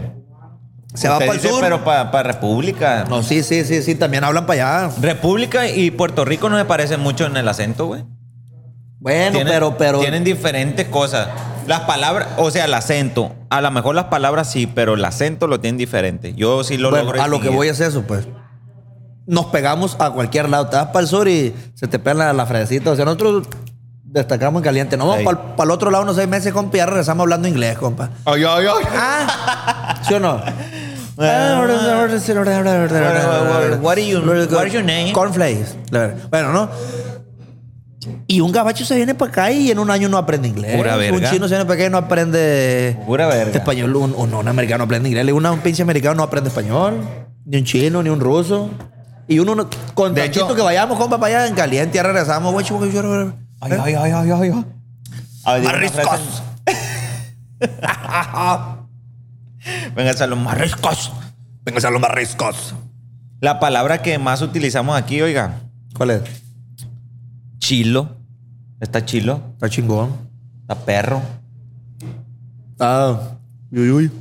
Se va usted para el dice, sur. Pero para República. No, sí, sí, sí, sí, también hablan para allá. República y Puerto Rico no me parecen mucho en el acento, güey. Bueno, Tienen- pero, pero. Tienen diferentes cosas. Las palabras, o sea, el acento. A lo mejor las palabras sí, pero el acento lo tienen diferente. Yo sí lo Bueno, logro. a lo que voy es eso, pues. Nos pegamos a cualquier lado. Te vas para el sur y se te pegan la, la fresita. O sea, nosotros destacamos en caliente. No, Ey. vamos para el otro lado unos seis meses, compa, y ya regresamos hablando inglés, compa. Ay, ay, ay. ¿Ah? ¿Sí o no? What are you- what are your name? Cornflakes. La verdad. Bueno, ¿no? Y un gabacho se viene para acá y en un año no aprende inglés. Pura Un verga. chino se viene para acá y no aprende Pura verga. español. Un, un, un americano aprende inglés. Una, un pinche americano no aprende español. Ni un chino, ni un ruso. Y uno, no- con De tantito hecho- que vayamos, compa, para allá en caliente, ya regresamos. güey, chico, yo- yo- yo- Ay, ay, ay, ay, ay, ay. A ver, diga una frase. Mariscos. Venga, a los mariscos. Venga, a los mariscos. La palabra que más utilizamos aquí, oiga, ¿Cuál es? chilo. Está chilo, Está chingón. está perro. Ah, uy, uy.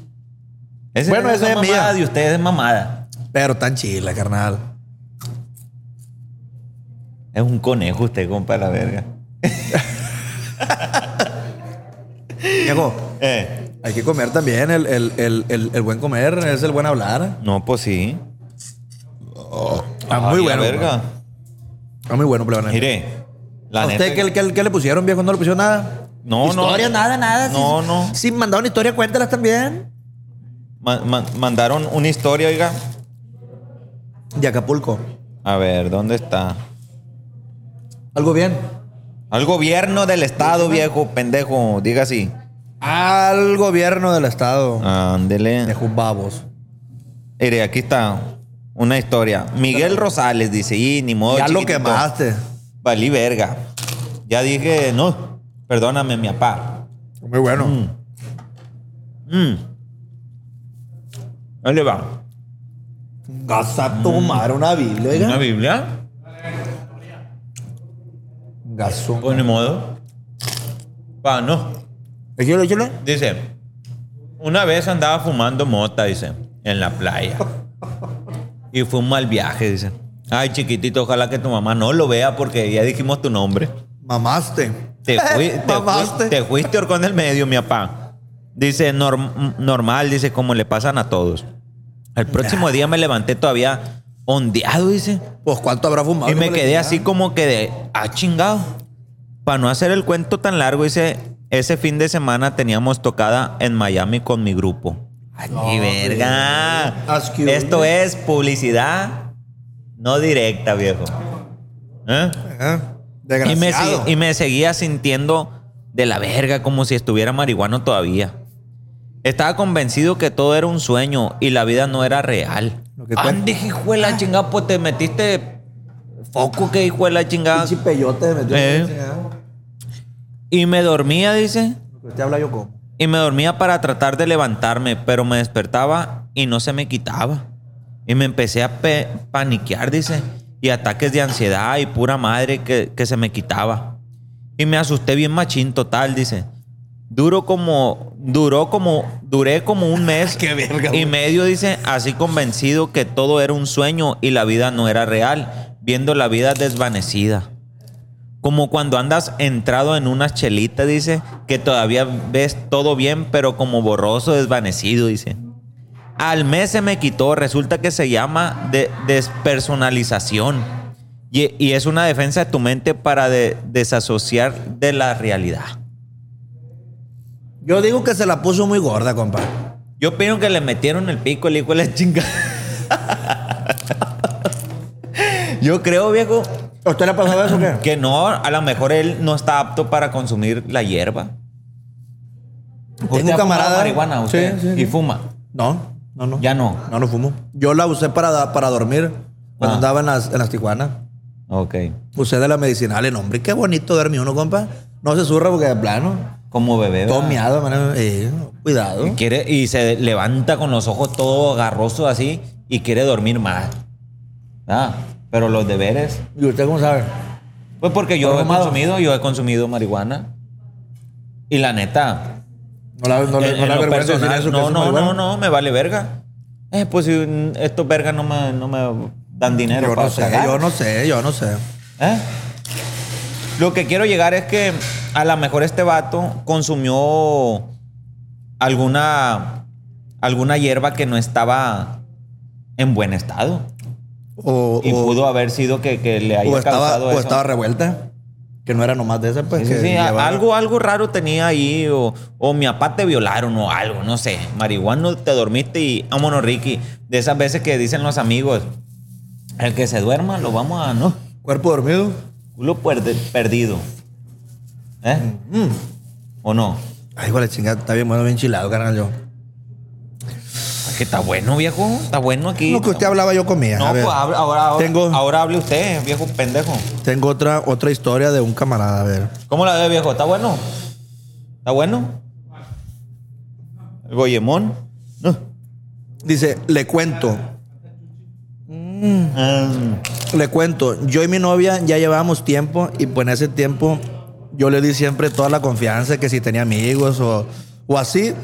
Ese- Bueno, esa esa es mía. mamada de ustedes es mamada. Pero tan chila, carnal. Es un conejo usted, compa, la verga. Diego, Eh. hay que comer también. El, el- el- el- el buen comer es el buen hablar. No, pues sí. Está Ay, muy Ah, la bueno. verga. güey. Está muy bueno, plebana. Mire, la ¿A neta. usted qué, qué- qué le pusieron, viejo? ¿No le pusieron nada? No, no. Historia, nada, nada. No, si, no. Si mandaron historia, cuéntalas también. Ma- ma- mandaron una historia, oiga. De Acapulco. A ver, ¿dónde está? ¿Algo bien? Al gobierno del estado, viejo, pendejo. Diga así. Al gobierno del Ah. estado. Ándele. Dejó babos. Mire, aquí está una historia. Miguel Rosales dice, y ni modo. ya lo chiquitito. quemaste. Valí verga. Ya dije, no, perdóname, mi papá. Muy bueno. Mm. Ahí le va. Vas a tomar una biblia, Mm. ¿Una oiga. Biblia? Gasón. Pues ni modo. Pa, no. Échale, échale. Dice, una vez andaba fumando mota, dice, en la playa. Y fue un mal viaje, dice. Ay, chiquitito, ojalá que tu mamá no lo vea porque ya dijimos tu nombre. Mamaste. Te, fui- te fui- Mamaste. te fuiste horcón del medio, mi papá. Dice, "Norm- normal, dice, como le pasan a todos. El próximo día me levanté todavía ondeado, dice. Pues cuánto habrá fumado. Y me Híjole, quedé ya. así como que de, ah, chingado. Para no hacer el cuento tan largo, dice, ese fin de semana teníamos tocada en Miami con mi grupo. ¡Ay, mi verga! Ask you. Esto es publicidad no directa, viejo. ¿Eh? Ajá. Y, me, Desgraciado. segui- y me seguía sintiendo de la verga, como si estuviera marihuano todavía. Estaba convencido que todo era un sueño y la vida no era real. Lo que cuenta. Ande, hijo de la chingada, pues te metiste foco que hijo de la chingada. Pinche peyote se metió. Eh. Y me dormía, dice. Lo que usted habla yo como. Y me dormía para tratar de levantarme, pero me despertaba y no se me quitaba. Y me empecé a pe- paniquear, dice. Y ataques de ansiedad y pura madre que, que se me quitaba. Y me asusté bien machín total, dice. Duro como, duró como, duré como un mes Qué verga, y güey. medio, dice, así convencido que todo era un sueño y la vida no era real, viendo la vida desvanecida. Como cuando andas entrado en una chelita, dice, que todavía ves todo bien, pero como borroso, desvanecido, dice. Al mes se me quitó, resulta que se llama de- despersonalización. Y, y es una defensa de tu mente para de- desasociar de la realidad. Yo digo que se la puso muy gorda, compa. Yo opino que le metieron el pico el hijo de la chingada. Yo creo, viejo, ¿A usted le ha pasado eso o qué? que no, a lo mejor él no está apto para consumir la hierba. Tengo Usted un ha fumado camarada- marihuana, usted, Sí, sí, y sí. fuma. No, no, no. Ya no. No, no fumo. Yo la usé para, para dormir cuando Ah. andaba en las, en las Tijuanas. Ok. Usé de la medicinal en hombre. Qué bonito dormir uno, compa. No se zurra porque de plano. Como bebé. Todo ¿verdad? miado, man. Eh, cuidado. Ah. Y quiere, y se levanta con los ojos todo agarrosos así y quiere dormir más. Ah, pero los deberes. ¿Y usted cómo sabe? Pues porque yo Por he fumado. consumido, yo he consumido marihuana. Y la neta. No la, no, le- en- no en la lo vergüenza decir personal, eso. que no, es no, marihuana. no, no, me vale verga. Eh, pues si mm, estos vergas no me, no me dan dinero Yo para no sé, cagar. yo no sé, yo no sé. ¿Eh? Lo que quiero llegar es que a lo mejor este vato consumió alguna, alguna hierba que no estaba en buen estado. O, Y o- pudo haber sido que, que le haya o estaba, causado o eso. estaba revuelta. Que no era nomás de esa, pues. Sí, sí, que sí, a- llevaba- algo, algo raro tenía ahí, o, o mi papá te violaron, o algo, no sé. Marihuano, te dormiste y vámonos, Ricky. De esas veces que dicen los amigos, el que se duerma lo vamos a, ¿no? Cuerpo dormido. Culo puerde- perdido. ¿Eh? Mm. ¿O no? Ay, hijo de la chingada, está bien bueno, bien chilado, carnal. Yo. Es que está bueno, viejo. Está bueno aquí. Lo que usted Está- hablaba, yo comía. No, A ver, pues habla- ahora, ahora, Tengo- ahora hable usted, viejo pendejo. Tengo otra, otra historia de un camarada, a ver. ¿Cómo la ve, viejo? ¿Está bueno? ¿Está bueno? ¿El Goyemón? No. Dice, le cuento, Ah. Mm. le cuento, yo y mi novia ya llevábamos tiempo y pues en ese tiempo yo le di siempre toda la confianza que si tenía amigos o, o así,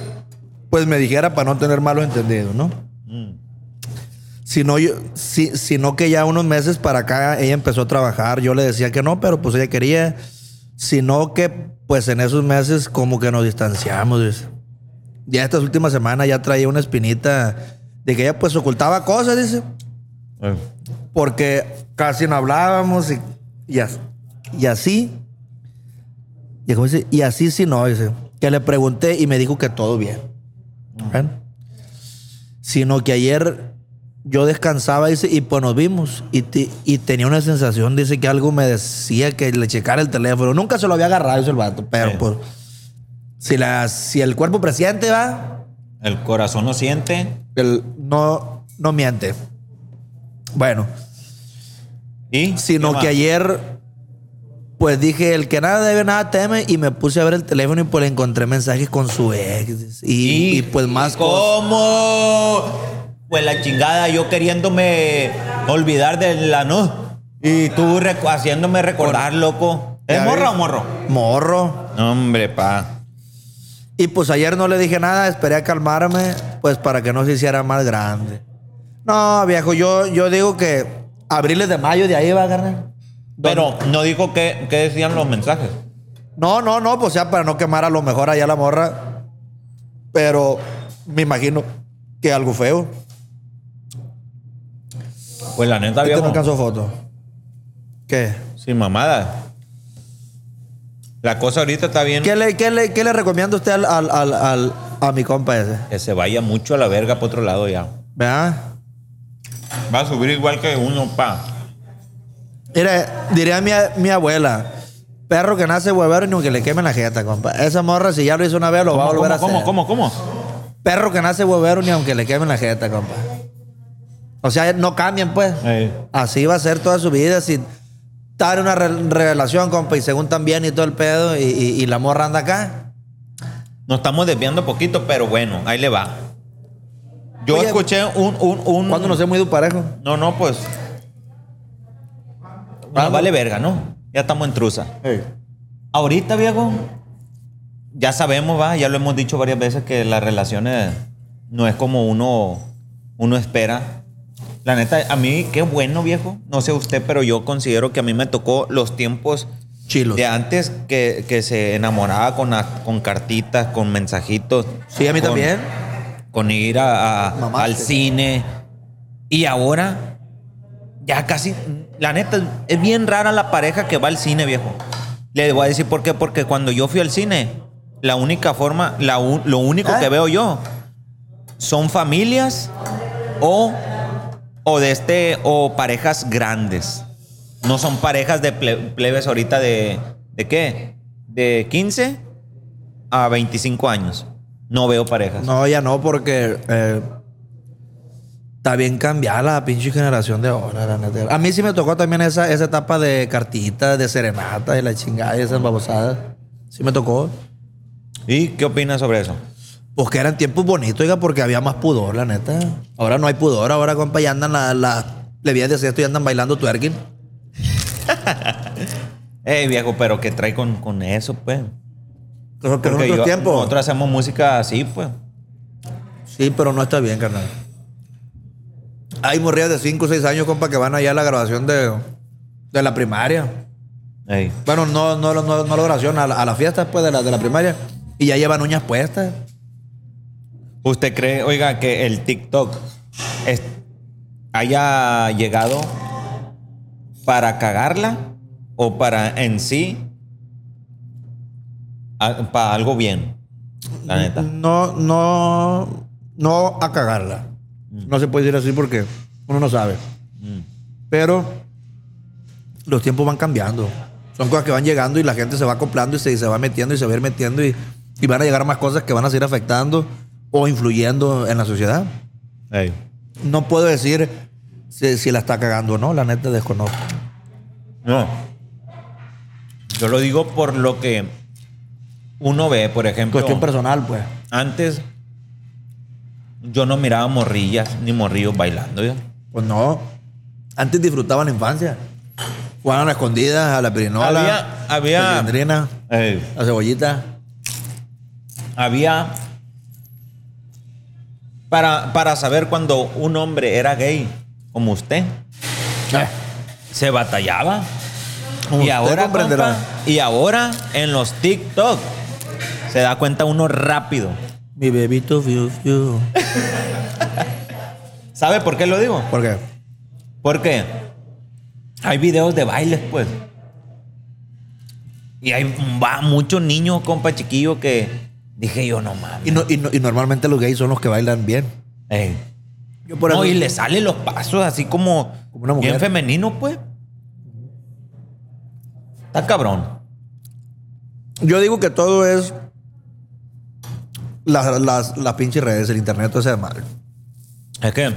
pues me dijera para no tener malos entendidos, ¿no? Sino, yo, si, sino que ya unos meses para acá ella empezó a trabajar, yo le decía que no, pero pues ella quería, sino que pues en esos meses como que nos distanciamos, dice. Ya estas últimas semanas ya traía una espinita de que ella pues ocultaba cosas, dice Eh, porque casi no hablábamos y, y, as- y así. Y, como dice, y así sí no, dice. Que le pregunté y me dijo que todo bien. ¿Ven? Sino que ayer yo descansaba, dice, y pues nos vimos. Y, ti- y tenía una sensación, dice, que algo me decía que le checara el teléfono. Nunca se lo había agarrado, dice el vato, pero Sí. pues, si, la, si el cuerpo presiente va, El corazón lo siente. el, no, no miente. Bueno, ¿Y? ¿Qué sino más? que ayer pues dije el que nada debe nada teme y me puse a ver el teléfono y pues le encontré mensajes con su ex y, y, pues más cosas ¿Cómo? Pues la chingada, yo queriéndome olvidar de la no. Y tú recu- haciéndome recordar, loco. ¿Es Ya morra ves. o morro? morro Hombre, pa. y pues ayer no le dije nada esperé a calmarme pues para que no se hiciera más grande no viejo yo yo digo que abriles de mayo de ahí va carnal Pero no dijo qué, qué decían los mensajes. no no no pues ya para no quemar a lo mejor allá la morra pero me imagino que algo feo Pues la neta, este no viejo. alcanzó foto ¿qué? Sin mamada. La cosa ahorita está bien. ¿Qué le, qué le- qué le recomienda usted al, al- al- al- a mi compa ese? Que se vaya mucho a la verga para otro lado ya. ¿Verdad? Va a subir igual que uno, pa. Mira, diría mi, mi abuela, perro que nace huevero y ni que le quemen la jeta, compa. Esa morra, si ya lo hizo una vez, lo va a volver a hacer. ¿Cómo, cómo, cómo? Perro que nace huevero ni aunque le quemen la jeta, compa. O sea, no cambian, pues. Eh. Así va a ser toda su vida. Si está en una re- relación, compa, y según también y todo el pedo, y, y- y la morra anda acá. Nos estamos desviando poquito, pero bueno, ahí le va. Yo Oye, escuché un... un, un ¿Cuándo nos hemos ido parejo? No, no, pues... Ah, vale verga, ¿no? Ya estamos en truza. Ahorita, viejo, ya sabemos, va, ya lo hemos dicho varias veces que las relaciones no es como uno, uno espera. La neta, a mí, qué bueno, viejo. No sé usted, pero yo considero que a mí me tocó los tiempos Chilos. de antes que, que se enamoraba con, a- con cartitas, con mensajitos. Sí, a mí con- también. Con ir a- a, Mamaste. al cine. Y ahora, ya casi. La neta, es bien rara la pareja que va al cine, viejo. Le voy a decir por qué. Porque cuando yo fui al cine, la única forma, la u- lo único Ah. que veo yo son familias o, o de este, o parejas grandes. no son parejas de ple- plebes ahorita de, ¿de qué? De 15 a 25 años. No veo parejas. No, ya no, porque eh, está bien cambiada la pinche generación de ahora, la neta. A mí sí me tocó también esa, esa etapa de cartitas, de serenata, de la chingada y esas babosadas. Sí me tocó. ¿Y qué opinas sobre eso? Pues que eran tiempos bonitos, oiga, porque había más pudor, la neta. Ahora no hay pudor, ahora, compa, ya andan las la, levías de sexto y andan bailando twerking. Ey, viejo, pero ¿qué trae con, con eso, pues? Pero en Porque otros yo- tiempos. nosotros hacemos música así, pues. Sí, pero no está bien, carnal. Hay morrillas de 5 o 6 años, compa, que van allá a la grabación de, de la primaria. Ey. Bueno, no, no, no, no la grabación, a la, a la fiesta después de la, de la primaria. Y ya llevan uñas puestas. ¿Usted cree, oiga, que el TikTok es- haya llegado para cagarla o para en sí a- para algo bien? La neta. No, no, no a cagarla. No se puede decir así porque uno no sabe. Pero los tiempos van cambiando. Son cosas que van llegando y la gente se va acoplando y se, se va metiendo y se va a ir metiendo y, y van a llegar más cosas que van a seguir afectando o influyendo en la sociedad. Ey. No puedo decir si, si la está cagando o no, la neta desconozco. No. Yo lo digo por lo que uno ve, por ejemplo. Cuestión personal, pues. Antes yo no miraba morrillas ni morrillos bailando. ¿ya? Pues no. Antes disfrutaban la infancia. Jugaban a la escondida, a la pirinola, Había- había- a la cilindrina, Ey. a cebollita. había para, para saber cuando un hombre era gay como usted se batallaba Como y usted ahora comprenderá. compa, y ahora en los TikTok se da cuenta uno rápido Mi bebito fiu fiu. ¿sabe por qué lo digo? ¿Por qué? porque hay videos de bailes pues y hay va, muchos niños compa chiquillo que dije yo no Y, mames no- y no- y normalmente los gays son los que bailan bien. Ey. Yo por eso- no, y le salen los pasos así como, Como una mujer. bien femenino, pues. Está cabrón. Yo digo que todo es las, las, las pinches redes, el internet, todo ese madre. Es que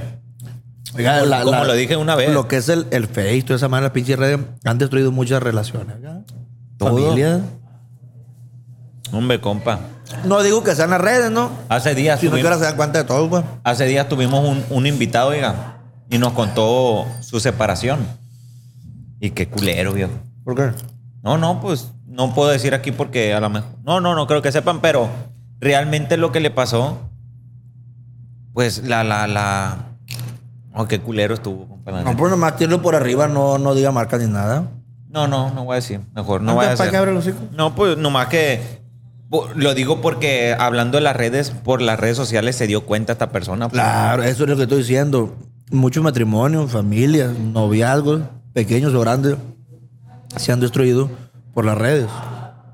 Oiga, la- como la- lo dije una vez. Lo que es el, el Face, toda esa madre, las pinches redes han destruido muchas relaciones. oiga. Todo. Familia. hombre, compa. No digo que sean las redes, ¿no? Hace días, Si no, que tuvimos, ahora se dan cuenta de todo, pues. hace días tuvimos un, un invitado, oiga, y nos contó su separación. Y qué culero, viejo. ¿Por qué? No, no, pues no puedo decir aquí porque a lo mejor. No, no, no creo que sepan, pero realmente lo que le pasó, pues la, la, la. Oh, qué culero estuvo, compa. la No, neta. pues nomás tiro por arriba, no, no diga marca ni nada. No, no, no voy a decir. Mejor no voy a Anda, ¿Para qué abre decir. los hijos? No, pues nomás que po- lo digo porque hablando de las redes, por las redes sociales se dio cuenta esta persona. pues. Claro, eso es lo que estoy diciendo. Muchos matrimonios, familias, noviazgos, pequeños o grandes, se han destruido por las redes.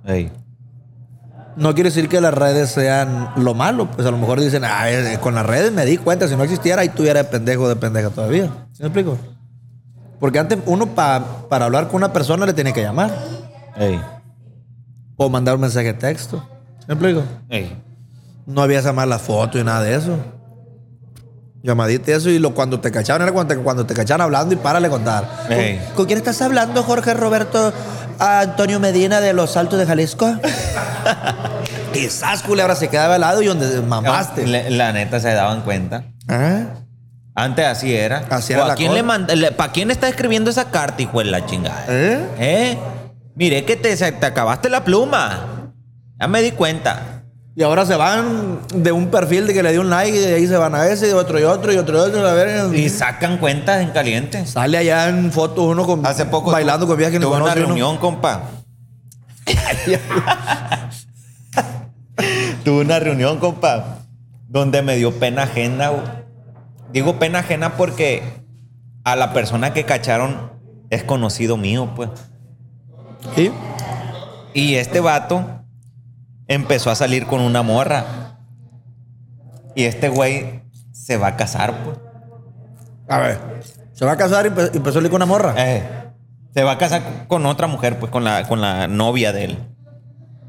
Ey. No quiere decir que las redes sean lo malo, pues a lo mejor dicen, ah, eh, con las redes me di cuenta, si no existiera, ahí tuviera de pendejo de pendeja todavía. ¿Sí me explico? Porque antes uno pa- para hablar con una persona le tenía que llamar Ey. o mandar un mensaje de texto. ¿Sí me explico? Ey. No había esa mala foto y nada de eso. Llamadita y eso, y lo, cuando te cachaban era cuando te, cuando te cachaban hablando y párale a contar. Ey. ¿Con, con quién estás hablando, Jorge Roberto Antonio Medina de Los Altos de Jalisco? Quizás, culebra, se quedaba al lado y donde mamaste. La, la neta se daban cuenta. Ah, Antes así era. Así era ¿O a la quién cosa. le manda- le- ¿Para quién está escribiendo esa carta, hijo de la chingada? ¿Eh? ¿Eh? Miré que te, se- te acabaste la pluma. Ya me di cuenta. Y ahora se van de un perfil de que le dio un like y de ahí se van a ese y otro y otro y otro y otro. A ver, Y sacan cuentas en caliente. sale allá en fotos uno con, Hace poco bailando tu- con viejas que ni tuve una conoce uno. reunión, compa. tuve una reunión, compa, donde me dio pena ajena. güey. Digo pena ajena porque a la persona que cacharon es conocido mío, pues. ¿Sí? Y este vato empezó a salir con una morra. Y este güey se va a casar, pues. pues, A ver, se va a casar y empe- y empezó a salir con una morra. Eh, Se va a casar con otra mujer, pues con la, con la novia de él.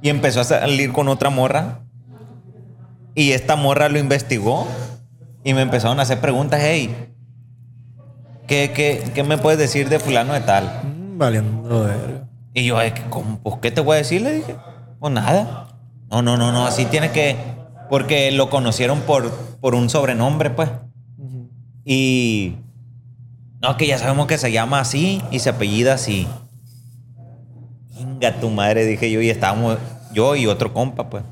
Y empezó a salir con otra morra. Y esta morra lo investigó. Y me empezaron a hacer preguntas, hey, ¿qué, qué, qué me puedes decir de fulano de tal? Mm, Valiendo verga. Y yo, "Ay, ¿cómo? pues, ¿qué te voy a decir? Le dije, pues nada. No, no, no, no, así tiene que... Porque lo conocieron por, por un sobrenombre, pues. Y... No, que ya sabemos que se llama así y se apellida así. Venga, tu madre, dije yo, y estábamos yo y otro compa, pues.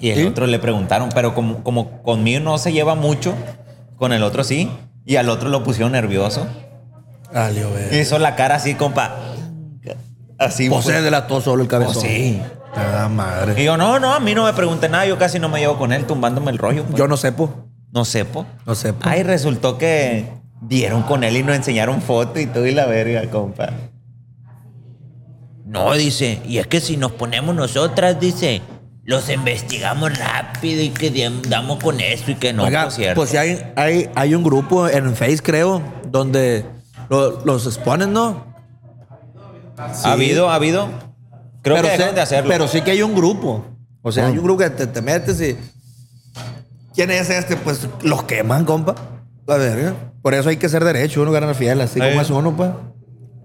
Y el ¿Sí? otro le preguntaron, pero como, como conmigo no se lleva mucho, con el otro sí. Y al otro lo pusieron nervioso. Valió verga. Hizo la cara así, compa. Así. pues. Posee de la tos solo el cabezón. Pues sí. Ah, madre. Y yo, no, no, a mí no me pregunté nada. Yo casi no me llevo con él tumbándome el rollo. pues. Yo no sepo. No sepo. No sepo. Ay, resultó que dieron con él y nos enseñaron foto y todo y la verga, compa. No, dice, y es que si nos ponemos nosotras, dice, los investigamos rápido y que diem- damos con eso y que no, Oiga, por cierto. pues sí hay, hay, hay un grupo en Face, creo, donde lo- los exponen, ¿no? Ha habido, ha habido. Creo que sí, dejaron de hacerlo. pero sí que hay un grupo. O sea, Mm. hay un grupo que te, te metes y. ¿Quién es este? Pues los queman, compa. La verga. Por eso hay que ser derecho, uno gana fiel, así Ahí. como es uno, pues.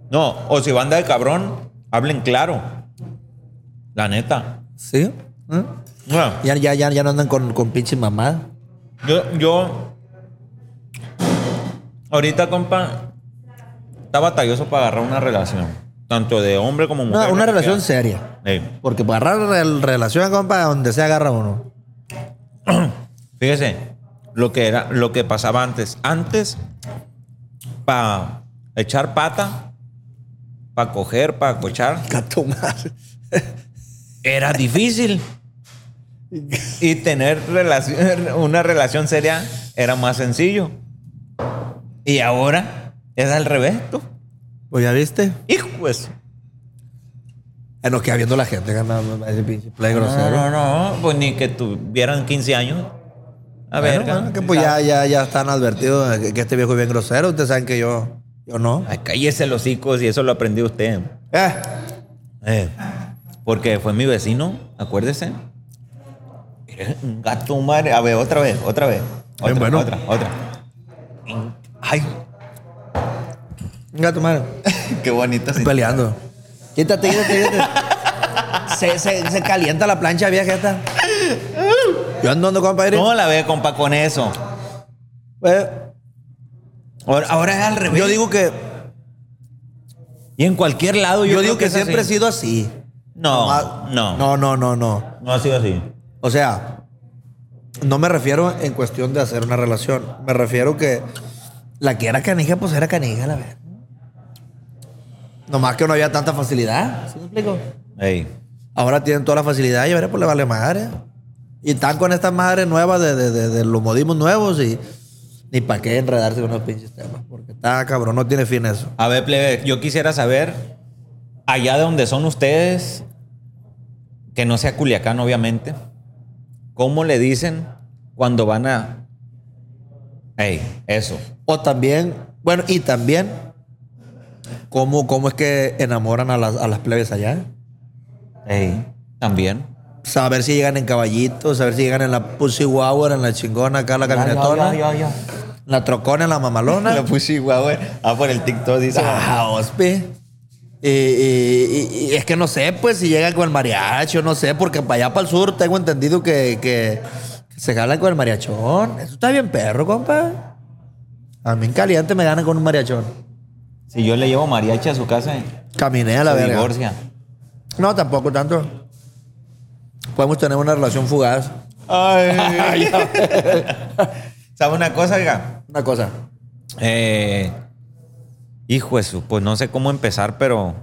No, o si banda de cabrón, hablen claro. La neta. Sí. ¿Eh? Bueno, Ya, ya, ya, ya no andan con, con pinche mamada. Yo, yo. Ahorita, compa, está batalloso para agarrar una relación. Tanto de hombre como mujer. Una, una lo que relación sea. seria. Ey, Porque para agarrar rel- relación, compa, donde se agarra uno. Fíjese, lo que era, lo que pasaba antes. Antes, para echar pata, para coger, para cochar, Gato madre. era difícil. Y tener relación, una relación seria era más sencillo. Y ahora es al revés, tú. Pues ya viste. Hijo, pues. En los que va viendo la gente, gana ese pinche play grosero. Ah, No, no, no, pues ni que tuvieran 15 años. A Bueno, ver, bueno, que pues ya, ya, ya están advertidos de que, que este viejo es bien grosero. Ustedes saben que yo, yo no. Ay, cállese los hijos y eso lo aprendí usted. Eh, Eh, porque fue mi vecino, acuérdese. Mire, un gato madre. A ver, otra vez, otra vez. Otra, Bien bueno. otra, otra. Ay, venga, tu madre. qué bonito. Pues sí. Peleando. Quítate, quítate, quítate. se, se, se calienta la plancha vieja esta. Yo ando, ando, compadre. No la ve, compa, con eso. Eh, Ahora, ahora es al revés. yo digo que, y en cualquier lado yo yo, creo digo que, es siempre he así. sido así. No, Ah, no, no. No, no, no, no. No ha sido así. O sea, no me refiero en cuestión de hacer una relación. Me refiero que la que era canija, pues era canija, la verdad. Nomás que no había tanta facilidad. ¿Sí me explico? Ey. Ahora tienen toda la facilidad y ahora pues le vale madre. Y están con estas madres nuevas de, de, de- de los modismos nuevos y ni para qué enredarse con los pinches temas. Porque está cabrón, no tiene fin eso. A ver, plebe, yo quisiera saber, allá de donde son ustedes, que no sea Culiacán, obviamente, ¿cómo le dicen cuando van a. Ey, eso. O también, bueno, y también, ¿cómo, cómo es que enamoran a las, a las plebes allá? Ey, también. Saber si llegan en caballitos, saber si llegan en la Pussy Wower, en la chingona, acá la camionetona, en la trocona, en la mamalona. La puse igual, güey. Ah, por el TikTok dice. Ah, hospi. Y, y- y- y es que no sé, pues, si llegan con el mariachi o no sé, porque para allá, para el sur, tengo entendido que, que se jalan con el mariachón. Eso está bien perro, compa. A mí en caliente me ganan con un mariachón. Si yo le llevo mariachi a su casa, Caminé a la se verga. divorcia. No, tampoco tanto. Podemos tener una relación fugaz. Ay. ¿Sabe una cosa, oiga? Una cosa. Eh, hijo de su, pues no sé cómo empezar, pero.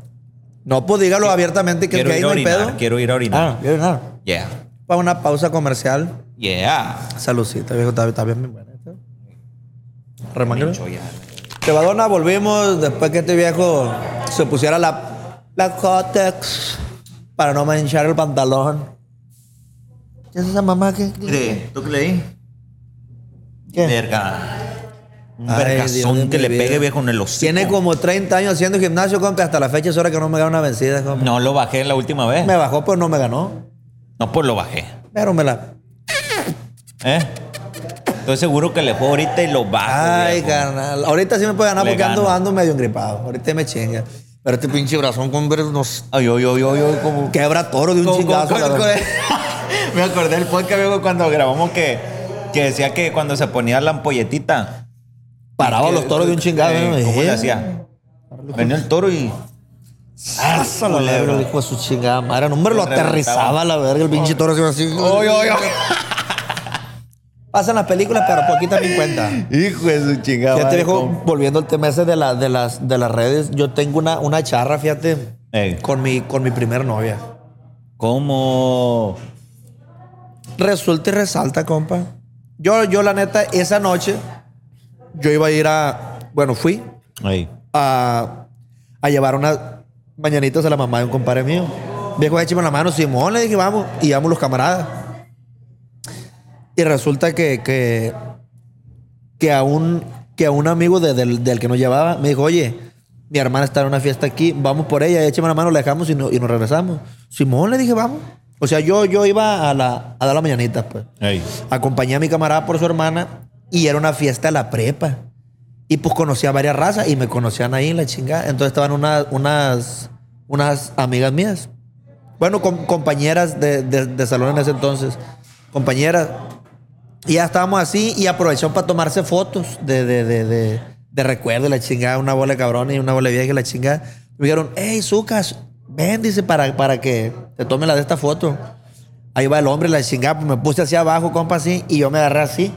No, pues dígalo abiertamente que Quiero que ahí ir a no hay orinar, pedo. quiero ir a Ah, orinar. bien, nada. Yeah. Para una pausa comercial. Yeah. Saludcita, viejo, está, está bien, bien buena. esta. Remanguero. Yo ya. Cebadona, volvimos después que este viejo se pusiera la, la cótex para no manchar el pantalón. ¿Qué es esa mamá que.? Mire, ¿tú qué leí? ¿Qué? Verga. Un Ay, Dios de vergazón que mi le vida. pegue, viejo, en el hocico. Tiene como 30 años haciendo gimnasio, compa. Hasta la fecha es hora que no me gana una vencida, compa. No lo bajé la última vez. Me bajó, pero no me ganó. No, pues lo bajé. Pero me la. ¿Eh? Estoy seguro que le juego ahorita y lo bajo. Ay, viejo. carnal. Ahorita sí me puede ganar Le porque ando, gano. ando medio engripado. Ahorita me chinga. Pero este pinche brazón, compa, nos Ay, ay, ay, ay, ay, como. quebra toro de un Con- con- chingazo. con- la con- verdad. me acordé del podcast viejo, cuando grabamos que, que decía que cuando se ponía la ampolletita. Paraba los toros de un chingado. Eh, ¿no? ¿Cómo le Eh. hacía? Venía el toro y. ¡Ah, Pásalo, culebro! hijo de su chingada madre. No, hombre, lo Reventaba. aterrizaba la verga, el pinche toro se iba así. ¡Ay, ay, Pasan las películas, pero por aquí también cuenta. ay! Hijo de su chingada. Fíjate, madre, viejo, cómo- volviendo al tema ese de, la- de las, de las redes, yo tengo una, una charra, fíjate, Ey. con mi, con mi primer novia. ¿Cómo? Resulta y resalta, compa. Yo, yo la neta, esa noche, yo iba a ir a, bueno, fui Ey. a, a llevar unas mañanitas a la mamá de un compadre mío. Viejo, échame la mano, Simón, le dije, vamos, y vamos los camaradas. Y resulta que, que, que a un, que a un amigo de- del, del que nos llevaba me dijo, oye, mi hermana está en una fiesta aquí, vamos por ella, échame la mano, la dejamos y, no- y nos regresamos. Simón, le dije, vamos. O sea, yo, yo iba a, la, a dar las mañanitas, pues. Ey. Acompañé a mi camarada por su hermana y era una fiesta de la prepa. Y pues conocía a varias razas y me conocían ahí en la chingada. Entonces estaban una- unas, unas amigas mías. Bueno, com- compañeras de, de- de salón en ese entonces. Compañeras. Y ya estábamos así y aprovecharon para tomarse fotos de, de, de, de- de recuerdo, la chingada, una bola de cabrones y una bola de vieja, y la chingada. Me dijeron, hey, Zucas, ven, dice, para, para que te tomen la de esta foto. Ahí va el hombre, la chingada, pues me puse hacia abajo, compa, así, y yo me agarré así,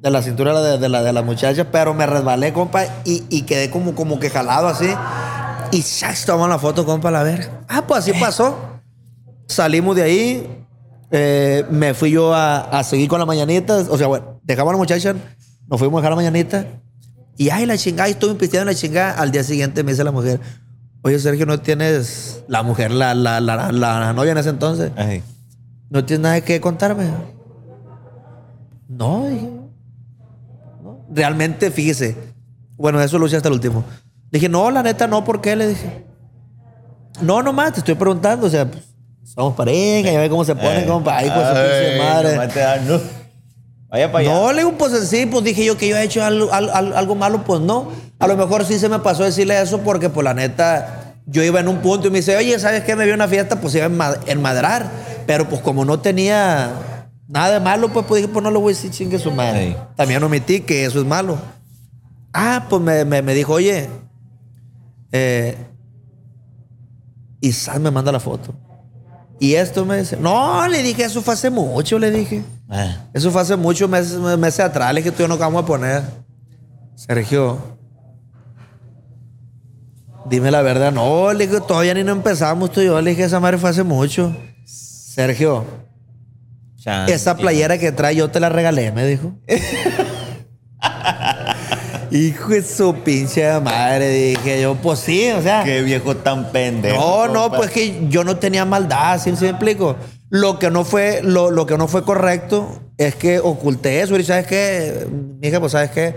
de la cintura de, de la, de la muchacha, pero me resbalé, compa, y, y quedé como, como que jalado así. Y ya tomamos la foto, compa, la verga. Ah, pues así pasó. Salimos de ahí, eh, me fui yo a, a seguir con las mañanitas, o sea, bueno, dejamos a la muchacha, nos fuimos a dejar la mañanita, y ay, la chingada, y estuve pisteando en la chingada. Al día siguiente me dice la mujer, oye, Sergio, ¿no tienes la mujer, la, la, la, la, la novia en ese entonces? Ey. ¿No tienes nada que contarme? No, dije. No. Realmente, fíjese. Bueno, eso lo hice hasta el último. Le dije, no, la neta, no, ¿por qué? Le dije. No, nomás, te estoy preguntando. O sea, pues, somos pareja, ya ve cómo se pone, Ey. compa. Ay, pues, su pinche Eh, Ay, madre. nomás te da- no. Vaya para allá. No, le digo, pues en sí, pues dije yo que yo he hecho algo, al- al- algo malo, pues no. A lo mejor sí se me pasó decirle eso porque, pues la neta, yo iba en un punto y me dice, oye, ¿sabes qué? Me vi una fiesta, pues iba a enma- enmadrar. Pero pues como no tenía nada de malo, pues, pues dije, pues no lo voy a decir chingue su madre. Ey. También omití que eso es malo. Ah, pues me, me- me dijo, oye, eh, Isaac me manda la foto. Y esto me dice, no, le dije, eso fue hace mucho, le dije. Eh. Eso fue hace muchos meses, meses atrás, le dije, tú y yo nos acabamos de poner. Sergio, dime la verdad. No, le dije, todavía ni no empezamos tú y yo. Le dije, esa madre fue hace mucho. Sergio, Chan, esa tío. playera que trae yo te la regalé, me dijo. Hijo de su pinche madre, dije yo, pues sí, o sea. Qué viejo tan No, pendejo. no, compa. pues que yo no tenía maldad, ¿sí, sí me explico? Lo que no fue, lo, lo que no fue correcto es que oculté eso. Y sabes qué, mija, pues sabes qué,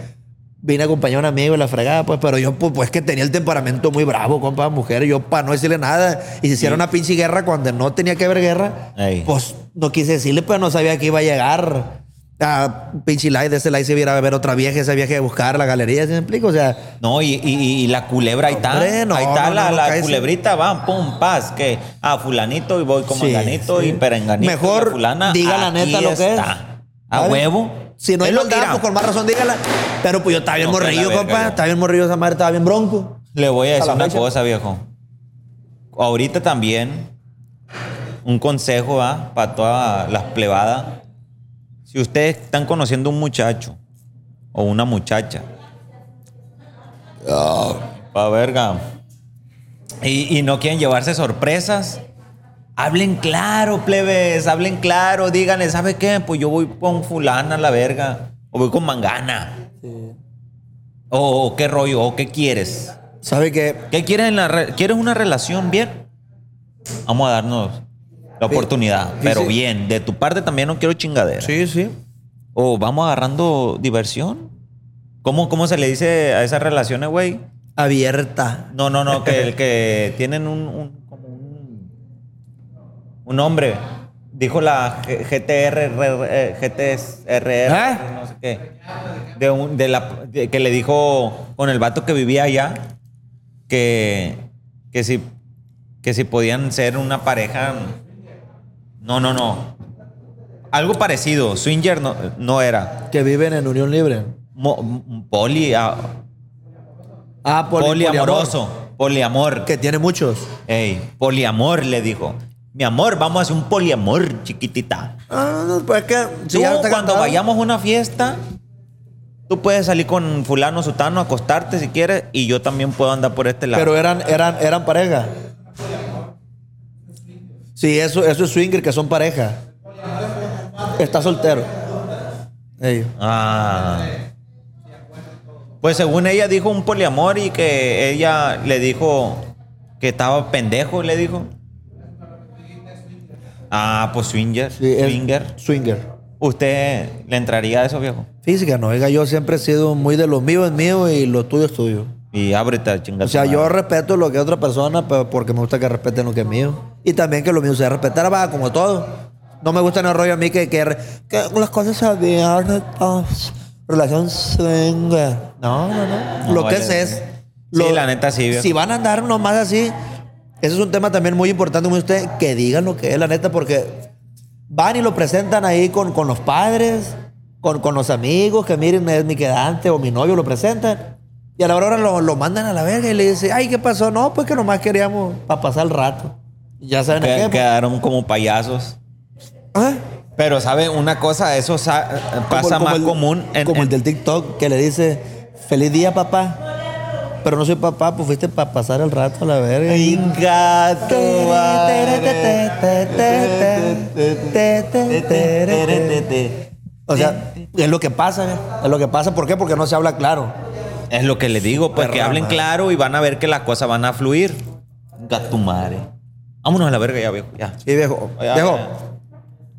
vine a acompañar a un amigo y la fregada, pues, pero yo pues, pues que tenía el temperamento muy bravo, compa, mujer, yo para no decirle nada, y se hiciera una pinche guerra cuando no tenía que haber guerra, Ey. pues no quise decirle, pues no sabía que iba a llegar. A pinche like, de ese like se viera a ver otra vieja, esa vieja a buscar la galería, ¿sí me explico? O sea, No, y, y- y la culebra, ahí está. Hombre, no, ahí está no, la, no, no, la cállese. culebrita, van, pum, paz, que a fulanito y voy como Sí, ganito sí. y perenganito. Mejor y a fulana, diga la neta aquí lo que es. está. A ¿Sabe? huevo. Si no hay Es lo maldad, dirá. pues con más razón dígala. Pero pues yo estaba bien No, que la morrillo, verga, compa. yo. Estaba bien morrillo esa madre, estaba bien bronco. Le voy a A decir la una fecha. cosa, viejo. Ahorita también, un consejo para todas las plebadas. Si ustedes están conociendo un muchacho o una muchacha, Ah. pa' verga, y, y no quieren llevarse sorpresas, hablen claro, plebes, hablen claro, díganle, ¿sabe qué? Pues yo voy con fulana a la verga, o voy con mangana, o, o qué rollo, o qué quieres. ¿Sabe qué? ¿Qué quieres en la re- quieres una relación bien? Vamos a darnos la oportunidad, dice- pero bien, de tu parte también no quiero chingadera. Sí, sí. O vamos agarrando diversión. ¿Cómo, cómo se le dice a esas relaciones, güey? Abierta. No, no, no, que el que tienen un, un, como un, un nombre. Dijo la G- GTR, eh, GTSRR, ¿Ah? no sé qué. De un- de la, de- que le dijo con el vato que vivía allá que, que, si, que si podían ser una pareja. No, no, no. Algo parecido. Swinger no, no era. Que viven en unión libre. Mo- m- poli, ah, Ah, poli- poliamoroso. Poliamor. Que tiene muchos. Ey, poliamor, le dijo. Mi amor, vamos a hacer un poliamor, chiquitita. Ah, no, pues es que. si tú, ya está cuando cantado- vayamos a una fiesta, tú puedes salir con fulano, sutano, acostarte si quieres, y yo también puedo andar por este lado. Pero eran, eran, eran pareja. Sí, eso, eso es swinger, que son pareja. Está soltero. Ey. Ah. Pues según ella dijo un poliamor y que ella le dijo que estaba pendejo, le dijo. Ah, pues swinger. Sí, es swinger. Swinger. ¿Usted le entraría a eso, viejo? Física, no, oiga, yo siempre he sido muy de lo mío es mío y lo tuyo es tuyo. Y ábrete a chingar. O sea, tu yo madre. respeto lo que es otra persona pero porque me gusta que respeten lo que es mío. Y también que lo mío sea respetar, va, como todo. No me gusta en el rollo a mí que, que, re- que las cosas abiertas, pues, relación swinger. No, no, no. No, lo vale, que es es. sí. Sí, la neta sí, viejo. Si van a andar nomás así, ese es un tema también muy importante con usted, que digan lo que es, la neta, porque van y lo presentan ahí con, con los padres, con, con los amigos, que miren, es mi quedante o mi novio, lo presentan. Y a la hora lo, lo mandan a la verga y le dicen, ay, ¿qué pasó? No, pues que nomás queríamos para pasar el rato. Y Ya saben Que- a qué. quedaron como payasos. ¿Ah? Pero, ¿sabe? Una cosa, eso sa- eh, Como pasa el- como más el- común en, como el en- del TikTok que le dice, feliz día, papá. Pero no soy papá, pues fuiste para pasar el rato a la verga. Ay, gato, madre. O sea, es lo que pasa, ¿eh? es lo que pasa. ¿Por qué? Porque no se habla claro. Es lo que le digo, pues que Perra hablen madre. claro y van a ver que las cosas van a fluir. Gato madre. Vámonos a la verga ya, viejo. Ya. Y viejo, Ya, viejo, ya.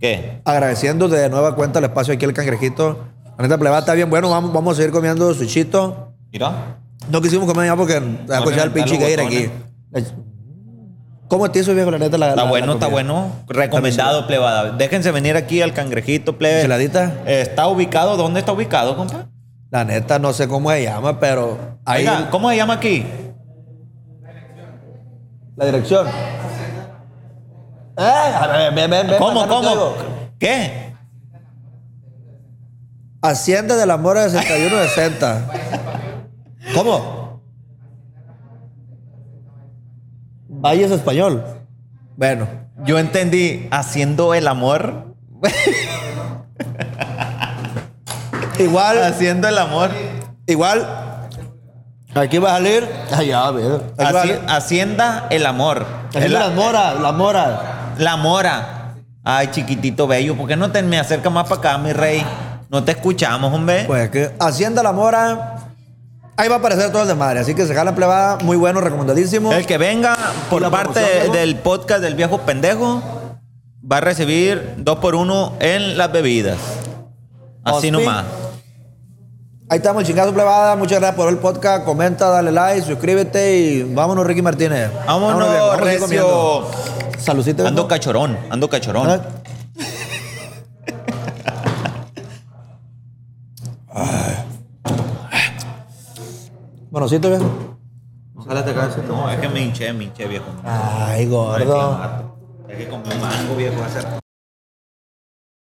¿Qué? agradeciendo de nueva cuenta el espacio aquí el cangrejito. La neta plebada está bien bueno, vamos, vamos a seguir comiendo sushito. Mira. No quisimos comer ya porque la cosa el levantar pinche los gayer aquí. botones. ¿Cómo te hizo viejo la neta la Está la- bueno, la está comida? bueno. Recomendado, plebada. Déjense venir aquí al cangrejito, plebe. ¿Ensaladita? Eh, ¿Está ubicado? ¿Dónde está ubicado, compa? La neta no sé cómo se llama, pero ahí Oiga, ¿cómo se llama aquí? la dirección. Eh, a ver, ven, ven, ven, ¿Cómo, acá no te cómo? oigo. ¿Qué? Hacienda de la Mora 6160. ¿Cómo? Valles Español. Bueno, Yo entendí haciendo el amor. igual, Haciendo el amor. igual. Aquí va a salir. Allá, Ah, a ver. Aquí va a Haci- salir. hacienda el amor. Hacienda la, las moras, las moras. la mora. Ay, chiquitito bello, ¿por qué no te me acerca más para acá, mi rey? No te escuchamos, hombre. Pues que Hacienda la Mora. Ahí va a aparecer todo el de madre. Así que se jala plebada. Muy bueno, recomendadísimo. El que venga ¿Y por la parte promoción, Diego? del podcast del viejo pendejo va a recibir dos por uno en las bebidas. Así Hospi. nomás. Ahí estamos, chingazo plebada. Muchas gracias por ver el podcast. Comenta, dale like, suscríbete y vámonos, Ricky Martínez. Vámonos, viejo. a seguir recio. comiendo. Salucita. Ando viejo. cachorón, ando cachorón. ¿Ah? Bueno, sí te veo. Ojalá te caigas. No, es que me hinché, me hinché, viejo. Ay, Ay, gordo. qué vato. Es que comí un mango, viejo, hace rato.